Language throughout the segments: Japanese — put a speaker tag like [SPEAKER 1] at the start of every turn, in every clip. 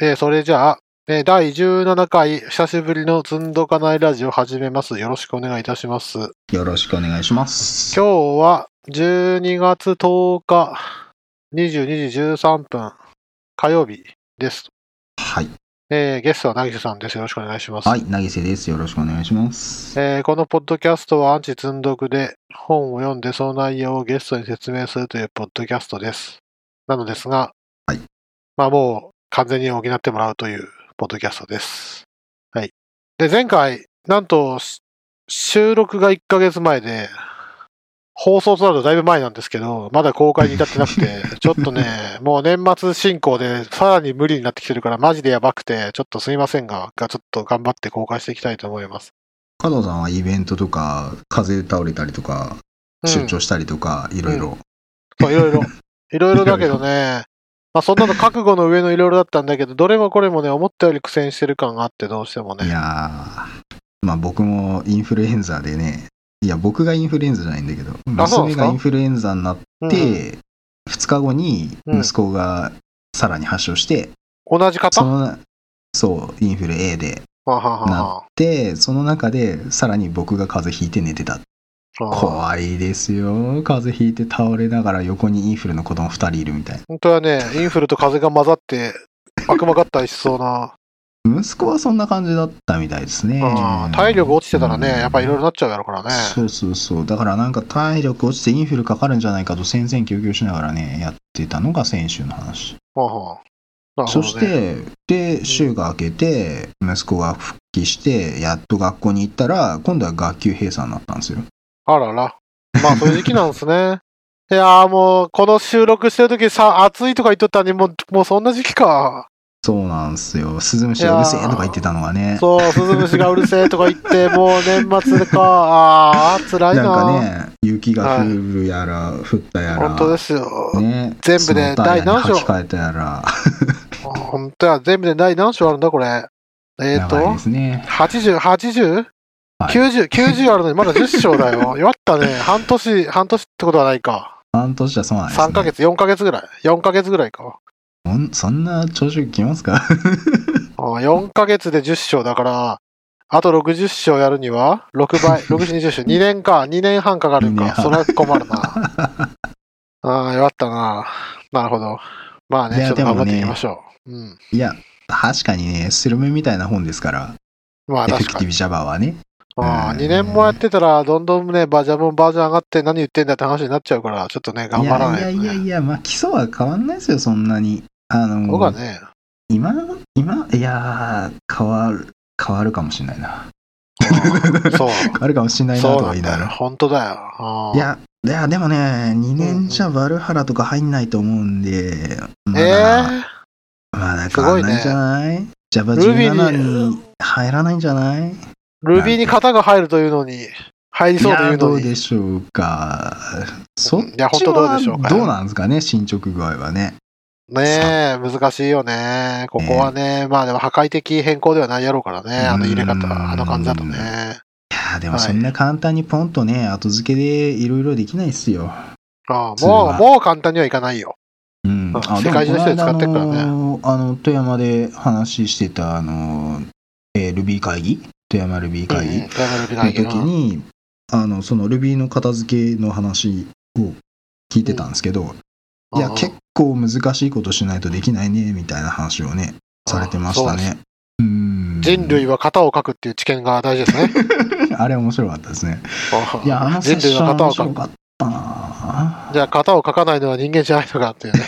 [SPEAKER 1] えーそれじゃあ、えー第17回、久しぶりのつんどかないラジオ始めます。よろしくお願いいたします。
[SPEAKER 2] よろしくお願いします。
[SPEAKER 1] 今日は12月10日、22時13分、火曜日です。
[SPEAKER 2] はい。
[SPEAKER 1] えーゲストはなぎせさんです。よろしくお願いします。
[SPEAKER 2] はい、なぎせです。よろしくお願いします。
[SPEAKER 1] えーこのポッドキャストはアンチ積んどくで本を読んでその内容をゲストに説明するというポッドキャストです。なのですが、
[SPEAKER 2] はい
[SPEAKER 1] まあもう完全に補ってもらうというポッドキャストです。はい。で、前回、なんとし収録が1ヶ月前で、放送となるとだいぶ前なんですけど、まだ公開に至ってなく て、ちょっとね、もう年末進行でさらに無理になってきてるからマジでやばくて、ちょっとすいませんが、がちょっと頑張って公開していきたいと思います。
[SPEAKER 2] 加藤さんはイベントとか、風邪倒れたりとか、
[SPEAKER 1] うん
[SPEAKER 2] 出張したりとか、いろいろ。
[SPEAKER 1] そう、いろいろ。いろいろだけどね。まあそんなの覚悟の上のいろいろだったんだけど、どれもこれもね、思ったより苦戦してる感があって、どうしても
[SPEAKER 2] い
[SPEAKER 1] ね。
[SPEAKER 2] やー、まあ僕もインフルエンザでね、いや僕がインフルエンザじゃないんだけど、
[SPEAKER 1] あそうなんで
[SPEAKER 2] 娘
[SPEAKER 1] すか
[SPEAKER 2] がインフルエンザになっ
[SPEAKER 1] うん
[SPEAKER 2] て、2日後に
[SPEAKER 1] うん
[SPEAKER 2] 息子がさらに発症して、
[SPEAKER 1] 同じ方
[SPEAKER 2] そ
[SPEAKER 1] は
[SPEAKER 2] の、そう、インフル A で。
[SPEAKER 1] あはあはあは
[SPEAKER 2] で、その中で、さらに僕が風邪ひいて寝てた
[SPEAKER 1] あうん
[SPEAKER 2] 怖いですよ風邪ひいて倒れながら横にインフルの子供2人いるみたい
[SPEAKER 1] 本当はね、インフルと風邪が混ざって、悪魔合体しそうな。
[SPEAKER 2] な息子はそんな感じだったみたいですね
[SPEAKER 1] うん体力落ちてたらね、
[SPEAKER 2] うん
[SPEAKER 1] やっぱいろいろなっちゃうやろからね。
[SPEAKER 2] そうそうそうだからなんか体力落ちてインフルかかるんじゃないかと戦々恐々しながらねやってたのが先週の話、
[SPEAKER 1] はあはあなるほど
[SPEAKER 2] そ
[SPEAKER 1] ね
[SPEAKER 2] してで週が明けて息子が復帰してやっと学校に行ったら今度は学級閉鎖になったんですよ
[SPEAKER 1] あらら。まあ、そういう時期なんですね。いやーもう、この収録してる時さ、暑いとか言っとったのに、もう、もうそんな時期か。
[SPEAKER 2] そうなんですよスズムシがうるせえとか言ってたのがね
[SPEAKER 1] そう、鈴虫がうるせえとか言っ て、もう年末か、あー、辛いな。
[SPEAKER 2] なんかね、雪が降るやら、降ったやら、
[SPEAKER 1] 本当ですよ。
[SPEAKER 2] ね、
[SPEAKER 1] 全部で
[SPEAKER 2] そのダイヤに
[SPEAKER 1] 第何章
[SPEAKER 2] 書き換えたやら、
[SPEAKER 1] 本当や、全部で第何章あるんだ、これ。えっ、ー、と
[SPEAKER 2] 長いで、すね。
[SPEAKER 1] 80、80?90、
[SPEAKER 2] はい
[SPEAKER 1] 90 90あるのにまだ10章だ よ。弱ったね。半年、半年ってことはないか。
[SPEAKER 2] 半年じゃそうなんです、ね。
[SPEAKER 1] 3ヶ月、4ヶ月ぐらい。4ヶ月ぐらいか。
[SPEAKER 2] ほんそんな調子きますか
[SPEAKER 1] あー4ヶ月で10章だから、あと60章やるには、6倍、60、20章、2年か、2年半かかる
[SPEAKER 2] 二年
[SPEAKER 1] か。
[SPEAKER 2] 半
[SPEAKER 1] それは困るな。 ああ、弱ったな。なるほど。まあ
[SPEAKER 2] い
[SPEAKER 1] ね、
[SPEAKER 2] や
[SPEAKER 1] ちょっと頑張ってい
[SPEAKER 2] でもね
[SPEAKER 1] きましょう。うん。
[SPEAKER 2] いや、確かにね、スルメみたいな本ですから、
[SPEAKER 1] まあ
[SPEAKER 2] エフェ
[SPEAKER 1] 確
[SPEAKER 2] ク
[SPEAKER 1] か
[SPEAKER 2] ティ
[SPEAKER 1] に。
[SPEAKER 2] ブジャバーはね。
[SPEAKER 1] ああ
[SPEAKER 2] うん
[SPEAKER 1] 2年もやってたら、どんどんね、バージョンもバージョン上がって何言ってんだって話になっちゃうから、ちょっとね、頑
[SPEAKER 2] い
[SPEAKER 1] 張
[SPEAKER 2] や
[SPEAKER 1] らないいと、
[SPEAKER 2] やいや
[SPEAKER 1] ね。
[SPEAKER 2] いや、まあ基礎は変わんないですよ、そんなに。あの、
[SPEAKER 1] 僕は ね、
[SPEAKER 2] 今、今、いやー変わる、変わるかもしれないな。
[SPEAKER 1] うんそう。
[SPEAKER 2] 変わるかもしれないな
[SPEAKER 1] そ
[SPEAKER 2] と
[SPEAKER 1] うな
[SPEAKER 2] は言
[SPEAKER 1] ん
[SPEAKER 2] いな
[SPEAKER 1] だ
[SPEAKER 2] が
[SPEAKER 1] よ。
[SPEAKER 2] ら。
[SPEAKER 1] 本当だよ。ああ
[SPEAKER 2] いや、いや、でもね、2年じゃバルハラとか入んないと思うんで、ま
[SPEAKER 1] え
[SPEAKER 2] だ、まだ変わんないん
[SPEAKER 1] す
[SPEAKER 2] じ
[SPEAKER 1] ごいね
[SPEAKER 2] ゃないジャバ
[SPEAKER 1] ルビーに
[SPEAKER 2] 17に入らないんじゃない
[SPEAKER 1] ー、ルビーに型が入るというのに、入り
[SPEAKER 2] い
[SPEAKER 1] そうとい
[SPEAKER 2] や
[SPEAKER 1] う
[SPEAKER 2] ど
[SPEAKER 1] の
[SPEAKER 2] う
[SPEAKER 1] に。
[SPEAKER 2] でしょうか。そっ
[SPEAKER 1] いや本
[SPEAKER 2] ち
[SPEAKER 1] 当どう
[SPEAKER 2] は
[SPEAKER 1] でしょうか
[SPEAKER 2] どうなんですかね、進捗具合はね。
[SPEAKER 1] ねえ、難しいよね。ここはね、まあでも破壊的変更ではないやろうからね、あの入れ
[SPEAKER 2] うん
[SPEAKER 1] 方、あの感じだとね。
[SPEAKER 2] いやで
[SPEAKER 1] は
[SPEAKER 2] も
[SPEAKER 1] い
[SPEAKER 2] そんな簡単にポンとね、後付けでいろいろできないっすよ。
[SPEAKER 1] ああ
[SPEAKER 2] それ
[SPEAKER 1] もう、
[SPEAKER 2] は
[SPEAKER 1] もう簡単にはいかないよ。
[SPEAKER 2] うん、
[SPEAKER 1] あ世界中の人に使ってるからね
[SPEAKER 2] でもこの間あのあの富山で話してたあの、えー、ルビー会議富山ルビー会議、
[SPEAKER 1] うんうん、ライバルビ
[SPEAKER 2] の
[SPEAKER 1] 会議な
[SPEAKER 2] 時にあのその Ruby の片付けの話を聞いてたんですけど、いや
[SPEAKER 1] うん
[SPEAKER 2] 結構難しいことしないとできないねみたいな話をねされてました
[SPEAKER 1] そうです
[SPEAKER 2] ね。うん
[SPEAKER 1] 人類は型を書くっていう知見が大事ですね。
[SPEAKER 2] あれ面白かったですね。 いやあのセ
[SPEAKER 1] 人
[SPEAKER 2] ッ
[SPEAKER 1] 類
[SPEAKER 2] ション
[SPEAKER 1] は型を
[SPEAKER 2] 面
[SPEAKER 1] 書
[SPEAKER 2] 白
[SPEAKER 1] く。
[SPEAKER 2] かったな。
[SPEAKER 1] じゃあ型を書かないのは人間じゃないのかっていうね。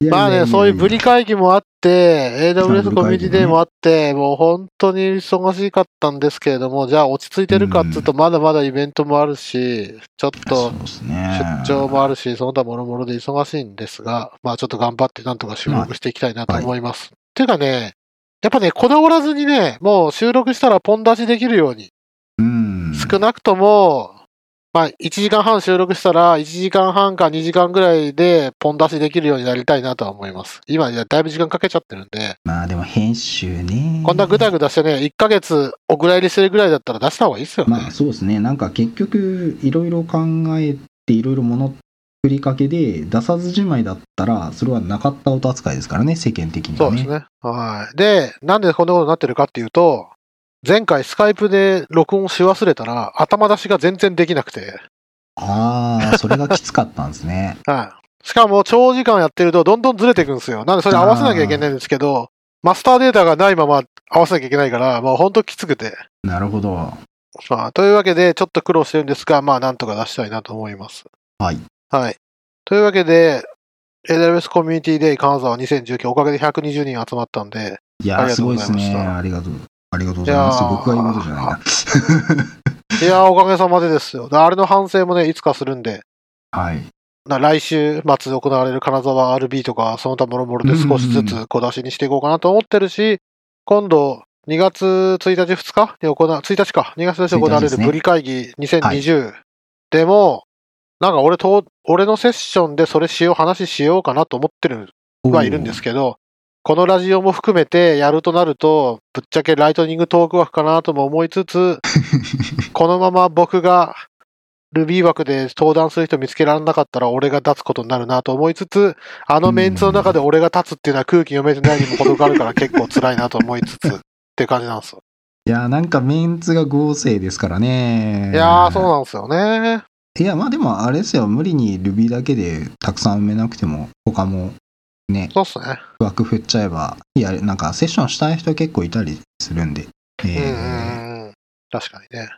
[SPEAKER 2] いや
[SPEAKER 1] まあ
[SPEAKER 2] や
[SPEAKER 1] ね、
[SPEAKER 2] や
[SPEAKER 1] そういうブリ会議もあって、AWS コミュニティデー
[SPEAKER 2] うん
[SPEAKER 1] もあって、もう本当に忙しかったんですけれども、じゃあ落ち着いてるかっつうと、まだまだイベントもあるし、ちょっ
[SPEAKER 2] そ
[SPEAKER 1] と
[SPEAKER 2] うですね。
[SPEAKER 1] 出張もあるし、その他もろもろで忙しいんですが、まあちょっと頑張ってなんとか収録していきたいなと思います。っていうかね、やっぱね、こだわらずにね、もう収録したらポン出しできるように、
[SPEAKER 2] うん
[SPEAKER 1] 少なくとも、まあ、1時間半収録したら、1時間半か2時間ぐらいで、ポン出しできるようになりたいなとは思います。今、だいぶ時間かけちゃってるんで、
[SPEAKER 2] まあでも編集ね。
[SPEAKER 1] こんなぐだぐだしてね、1ヶ月お蔵入りしてるぐらいだったら出した方がいいですよね。
[SPEAKER 2] まあそうですね、なんか結局、いろいろ考えて、いろいろものふりかけで出さずじまいだったら、それはなかった音扱いですからね、世間的に
[SPEAKER 1] そ
[SPEAKER 2] は
[SPEAKER 1] うで
[SPEAKER 2] ね。
[SPEAKER 1] すね。はい。で、なんでこんなことになってるかっていうと、前回スカイプで録音し忘れたら、頭出しが全然できなくて、
[SPEAKER 2] ああ、それがきつかったんですね。
[SPEAKER 1] はい。しかも長時間やってるとどんどんずれていくんですよ。なんでそれ合わせなきゃいけないんですけど、マスターデータがないまま合わせなきゃいけないから、もうほんときつくて。
[SPEAKER 2] なるほど。
[SPEAKER 1] まあ、というわけで、ちょっと苦労してるんですが、まあ、なんとか出したいなと思います。
[SPEAKER 2] はい。
[SPEAKER 1] はい。というわけで、AWS コミュニティデイ金沢2019、おかげで120人集まったんで、
[SPEAKER 2] いや
[SPEAKER 1] あ
[SPEAKER 2] ー、
[SPEAKER 1] りが
[SPEAKER 2] す
[SPEAKER 1] とう
[SPEAKER 2] ご
[SPEAKER 1] ご
[SPEAKER 2] い
[SPEAKER 1] ざ
[SPEAKER 2] で
[SPEAKER 1] い
[SPEAKER 2] す
[SPEAKER 1] まし
[SPEAKER 2] ね。
[SPEAKER 1] た
[SPEAKER 2] ありがとう。ありがとうございます。
[SPEAKER 1] いやー
[SPEAKER 2] 僕が言うことじゃないな。
[SPEAKER 1] いやー、おかげさまでですよ。であれの反省もね、いつかするんで、
[SPEAKER 2] はい。
[SPEAKER 1] な来週末行われる金沢 RB とか、その他もろもろで少しず
[SPEAKER 2] うんうん
[SPEAKER 1] つ小出しにしていこうかなと思ってるし、今度、2月1日、2日に行わ、1日か、2月1日に行われ
[SPEAKER 2] 1日です
[SPEAKER 1] る
[SPEAKER 2] ね
[SPEAKER 1] ブリ会議2020でも、なんか俺と、俺のセッションでそれしよう、話しようかなと思ってるはいるんですけど、このラジオも含めてやるとなると、ぶっちゃけライトニングトーク枠かなとも思いつ つ、このまま僕が Ruby 枠で登壇する人見つけられなかったら俺が立つことになるなと思いつつ、あのメンツの中で俺が立つっていうのは空気読めてないにも程があるから結構辛いなと思いつつ、っていう感じなんですよ。
[SPEAKER 2] いやー、なんかメンツが合成ですからね。
[SPEAKER 1] いやー、そうなんですよね。
[SPEAKER 2] いや、まあでもあれですよ、無理に Ruby だけでたくさん埋めなくても、他もね、
[SPEAKER 1] そうっすね。
[SPEAKER 2] 枠振っちゃえば、いや、なんかセッションしたい人結構いたりするんで。
[SPEAKER 1] うんう
[SPEAKER 2] えー
[SPEAKER 1] んうん。確かにね。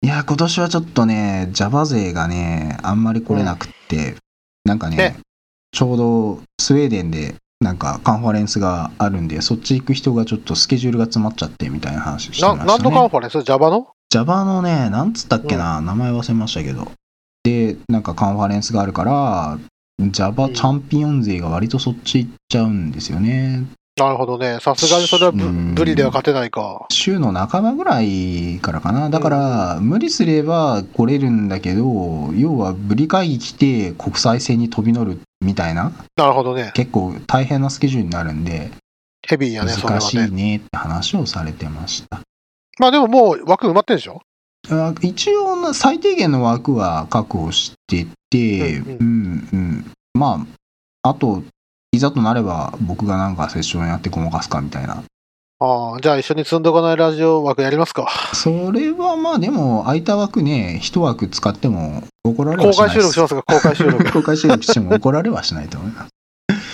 [SPEAKER 2] いや、今年はちょっとね、Java 勢がね、あんまり来れなくって、なんかね
[SPEAKER 1] ね、
[SPEAKER 2] ちょうどスウェーデンで、なんかカンファレンスがあるんで、そっち行く人がちょっとスケジュールが詰まっちゃってみたいな話して
[SPEAKER 1] な、
[SPEAKER 2] ましたね。
[SPEAKER 1] 何度カンファレンス ?Java の
[SPEAKER 2] Java のね、なんつったっけな、名前忘れましたけど。で、なんかカンファレンスがあるから、Java チャンピオン勢が割とそっち行っちゃうんですよね。
[SPEAKER 1] なるほどね。さすがにそれはブ
[SPEAKER 2] うん
[SPEAKER 1] ブリでは勝てないか。
[SPEAKER 2] 週の半ばぐらいからかな。だから、無理すれば来れるんだけど、要はブリ会議来て国際線に飛び乗るみたいな、
[SPEAKER 1] なるほどね。
[SPEAKER 2] 結構大変なスケジュールになるんで、
[SPEAKER 1] ヘビーやね、それは
[SPEAKER 2] 難しい
[SPEAKER 1] ね。
[SPEAKER 2] ねって話をされてました。
[SPEAKER 1] まあでももう枠埋まってんでしょ
[SPEAKER 2] あ一応な最低限の枠は確保してて、う
[SPEAKER 1] うんん
[SPEAKER 2] うんまああといざとなれば僕がなんかセッションやってごまかすかみたいな
[SPEAKER 1] ああ、じゃあ一緒に積んどかないラジオ枠やりますか。
[SPEAKER 2] それはまあでも空いた枠ね一枠使っても怒られは
[SPEAKER 1] 公
[SPEAKER 2] しない。
[SPEAKER 1] 開収録しますか、公開収録
[SPEAKER 2] 公開収録しても怒られはしないと思います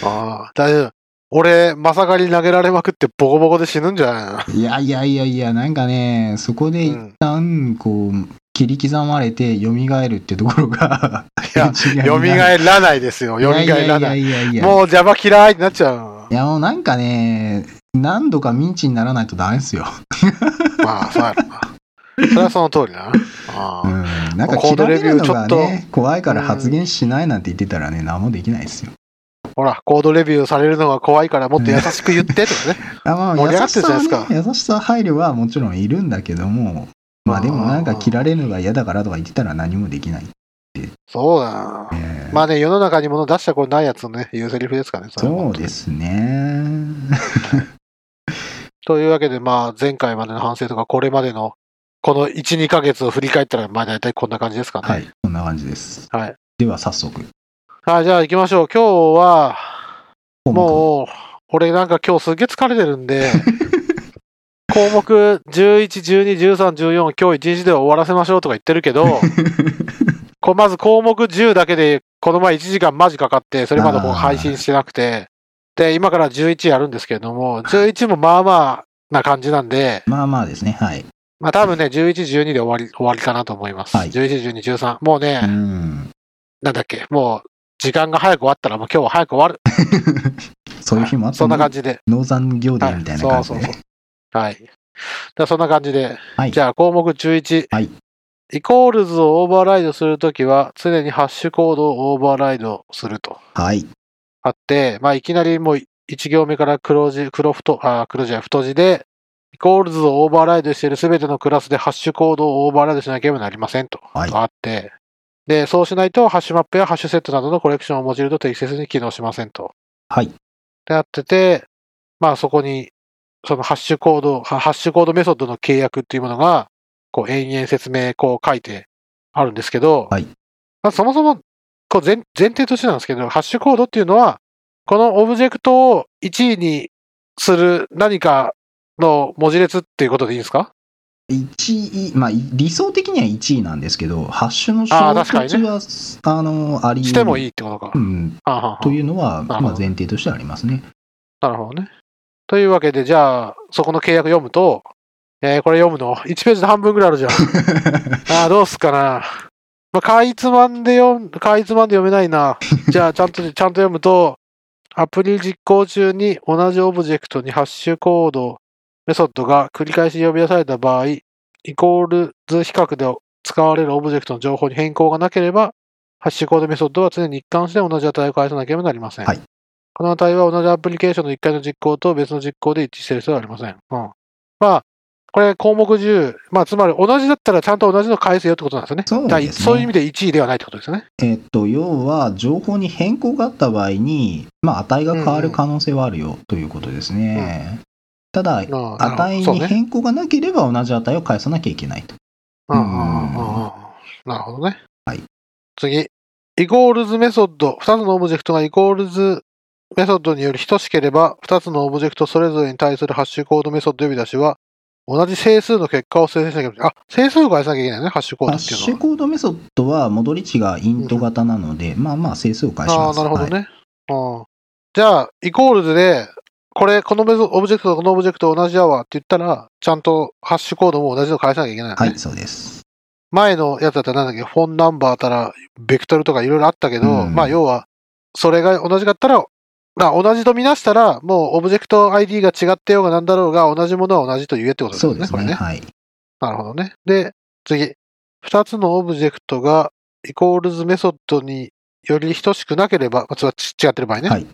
[SPEAKER 1] ああ、大丈夫。俺、まさかり投げられまくってボコボコで死ぬんじゃないの
[SPEAKER 2] いやいやいやいやなんかねそこで
[SPEAKER 1] う
[SPEAKER 2] 一
[SPEAKER 1] ん、
[SPEAKER 2] 旦こう切り刻まれて蘇るってところが
[SPEAKER 1] いや
[SPEAKER 2] 違いにな
[SPEAKER 1] 蘇
[SPEAKER 2] る
[SPEAKER 1] らないですよ、蘇らない。
[SPEAKER 2] いやいやいやいやいや
[SPEAKER 1] もう邪魔嫌いになっちゃうの。
[SPEAKER 2] いやもうなんかね、何度かミンチにならないとダメですよ。
[SPEAKER 1] まあ、そうやろな。それはその通りだな。あ
[SPEAKER 2] う
[SPEAKER 1] あ
[SPEAKER 2] ん。なんか
[SPEAKER 1] コ
[SPEAKER 2] 切
[SPEAKER 1] ード
[SPEAKER 2] ら
[SPEAKER 1] レ
[SPEAKER 2] れ
[SPEAKER 1] ビ
[SPEAKER 2] る
[SPEAKER 1] ュー
[SPEAKER 2] の
[SPEAKER 1] ちょ
[SPEAKER 2] が
[SPEAKER 1] っと
[SPEAKER 2] ね、怖いから発言しないなんて言ってたらね、何もできないですよ。
[SPEAKER 1] ほら、コードレビューされるのが怖いからもっと優しく言ってとかね。
[SPEAKER 2] あまあ、
[SPEAKER 1] 盛り上が
[SPEAKER 2] 優
[SPEAKER 1] っ
[SPEAKER 2] して
[SPEAKER 1] るじ
[SPEAKER 2] さ
[SPEAKER 1] ゃないです
[SPEAKER 2] は
[SPEAKER 1] か
[SPEAKER 2] ね、優しさ配慮はもちろんいるんだけども、まあでもなんか切られるのが嫌だからとか言ってたら何もできない。
[SPEAKER 1] そうだな。
[SPEAKER 2] えー
[SPEAKER 1] まあね、世の中に物出したことないやつのね、言うセリフですかね。れは
[SPEAKER 2] そうですね。
[SPEAKER 1] というわけで、まあ、前回までの反省とか、これまでの、この1、2ヶ月を振り返ったら、まあ、大体こんな感じですかね。
[SPEAKER 2] はい、そんな感じです。
[SPEAKER 1] はい。
[SPEAKER 2] では早速、
[SPEAKER 1] はい、じゃあ行きましょう。今日は、
[SPEAKER 2] 項目
[SPEAKER 1] もう、俺なんか今日すげえ疲れてるんで、 項目11、12、13、14、今日1日で終わらせましょうとか言ってるけど、 こうまず項目10だけで、この前1時間マジかかって、それまでこう
[SPEAKER 2] あー
[SPEAKER 1] 配信してなくて、で、今から11やるんですけれども、11もまあまあな感じなんで、
[SPEAKER 2] まあまあですね、はい。
[SPEAKER 1] まあ多分ね、11、12で終わり、終わりかなと思います。
[SPEAKER 2] はい
[SPEAKER 1] 11、12、13。もうね、
[SPEAKER 2] うん。
[SPEAKER 1] なんだっけ、もう、時間が早く終わったら、もう今日は早く終わる。
[SPEAKER 2] そういう日もあった
[SPEAKER 1] そんな感
[SPEAKER 2] じ。
[SPEAKER 1] じで。
[SPEAKER 2] 農山行
[SPEAKER 1] は
[SPEAKER 2] 伝みたいな
[SPEAKER 1] そ
[SPEAKER 2] 感
[SPEAKER 1] う
[SPEAKER 2] じ
[SPEAKER 1] そ
[SPEAKER 2] で
[SPEAKER 1] う
[SPEAKER 2] ね。
[SPEAKER 1] そう。はい。じゃあそんな感じで、
[SPEAKER 2] はい
[SPEAKER 1] じゃあ項目11。
[SPEAKER 2] はい
[SPEAKER 1] イコールズをオーバーライドするときは、常にハッシュコードをオーバーライドすると
[SPEAKER 2] はい。
[SPEAKER 1] あって、まあ、いきなりもう1行目から黒字、黒太、あ、黒字や太字で、イコールズをオーバーライドしているすべてのクラスでハッシュコードをオーバーライドしなければなりませんと、
[SPEAKER 2] はい
[SPEAKER 1] あって、で、そうしないと、ハッシュマップやハッシュセットなどのコレクションを用いると適切に機能しませんと。
[SPEAKER 2] はい。
[SPEAKER 1] ってなってて、まあそこに、そのハッシュコード、ハハッシュコードメソッドの契約っていうものが、こう延々説明こう書いてあるんですけど、
[SPEAKER 2] はい
[SPEAKER 1] まあそもそもこう前前提としてなんですけど、ハッシュコードっていうのは、このオブジェクトを1位にする何かの文字列っていうことでいいんですか
[SPEAKER 2] 1位、まあ、い理想的には1位なんですけど、ハッシュの
[SPEAKER 1] あー確
[SPEAKER 2] 衝
[SPEAKER 1] かにね
[SPEAKER 2] 突は、すあの、あり
[SPEAKER 1] してもい
[SPEAKER 2] い、
[SPEAKER 1] いってことか
[SPEAKER 2] う。ん、
[SPEAKER 1] あはんはん
[SPEAKER 2] というのは、
[SPEAKER 1] なるほど
[SPEAKER 2] まあ、前提としてありますね。
[SPEAKER 1] なるほどね。というわけで、じゃあ、そこの契約読むと、えーこれ読むの ?1 ページで半分ぐらいあるじゃん。ああ、どうすっかな。まあ、かいつまんで読ん、かいつまんで読めないな。じゃあ、ちゃんと、ちゃんと読むと、アプリ実行中に同じオブジェクトにハッシュコード、メソッドが繰り返し呼び出された場合、イコール図比較で使われるオブジェクトの情報に変更がなければ、ハッシュコードメソッドは常に一貫して同じ値を返さなければなりません。
[SPEAKER 2] はい
[SPEAKER 1] この値は同じアプリケーションの1回の実行と別の実行で一致している必要はありません。うん。まあ、これ項目10、まあ、つまり同じだったらちゃんと同じの返せよってことなんですよね。
[SPEAKER 2] そうですね
[SPEAKER 1] だからそういう意味で1位ではないってことですね。
[SPEAKER 2] えっと、要は、情報に変更があった場合に、まあ、値が変わる可能性はあるよ、ということですね。ただ、
[SPEAKER 1] うんなるほど
[SPEAKER 2] 値
[SPEAKER 1] そう
[SPEAKER 2] に
[SPEAKER 1] ね
[SPEAKER 2] 変更がなければ同じ値を返さなきゃいけないと。
[SPEAKER 1] うんうんうんうんなるほどね。
[SPEAKER 2] はい。
[SPEAKER 1] 次。イコールズメソッド。2つのオブジェクトがイコールズメソッドにより等しければ、2つのオブジェクトそれぞれに対するハッシュコードメソッド呼び出しは、同じ整数の結果を生成しなきゃいけない。あ、整数を返さなきゃいけないね、ハッシュコー
[SPEAKER 2] ハ
[SPEAKER 1] ドっ
[SPEAKER 2] ッ
[SPEAKER 1] ていう
[SPEAKER 2] シュコードメソッドは戻り値がイント型なので、まあまあ整数を返し
[SPEAKER 1] のは。あ
[SPEAKER 2] ま
[SPEAKER 1] あー、
[SPEAKER 2] す。
[SPEAKER 1] なるほど
[SPEAKER 2] はい
[SPEAKER 1] ね。うんじゃあ、イコールズで、これ、このメソオブジェクトとこのオブジェクト同じやわって言ったら、ちゃんとハッシュコードも同じの返さなきゃいけないよね。
[SPEAKER 2] はい、そうです。
[SPEAKER 1] 前のやつだったらなんだっけ、フォンナンバーたら、ベクトルとかいろいろあったけど、
[SPEAKER 2] うん
[SPEAKER 1] まあ要は、それが同じかったら、まあ同じとみなしたら、もうオブジェクト ID が違ってようがなんだろうが、同じものは同じと言えってことです
[SPEAKER 2] そ
[SPEAKER 1] よ
[SPEAKER 2] う
[SPEAKER 1] ね、
[SPEAKER 2] です
[SPEAKER 1] これ
[SPEAKER 2] ね。
[SPEAKER 1] ね。
[SPEAKER 2] はい。
[SPEAKER 1] なるほどね。で、次。二つのオブジェクトが、イコールズメソッドにより等しくなければ、まあつまりち違ってる場合ね。
[SPEAKER 2] はい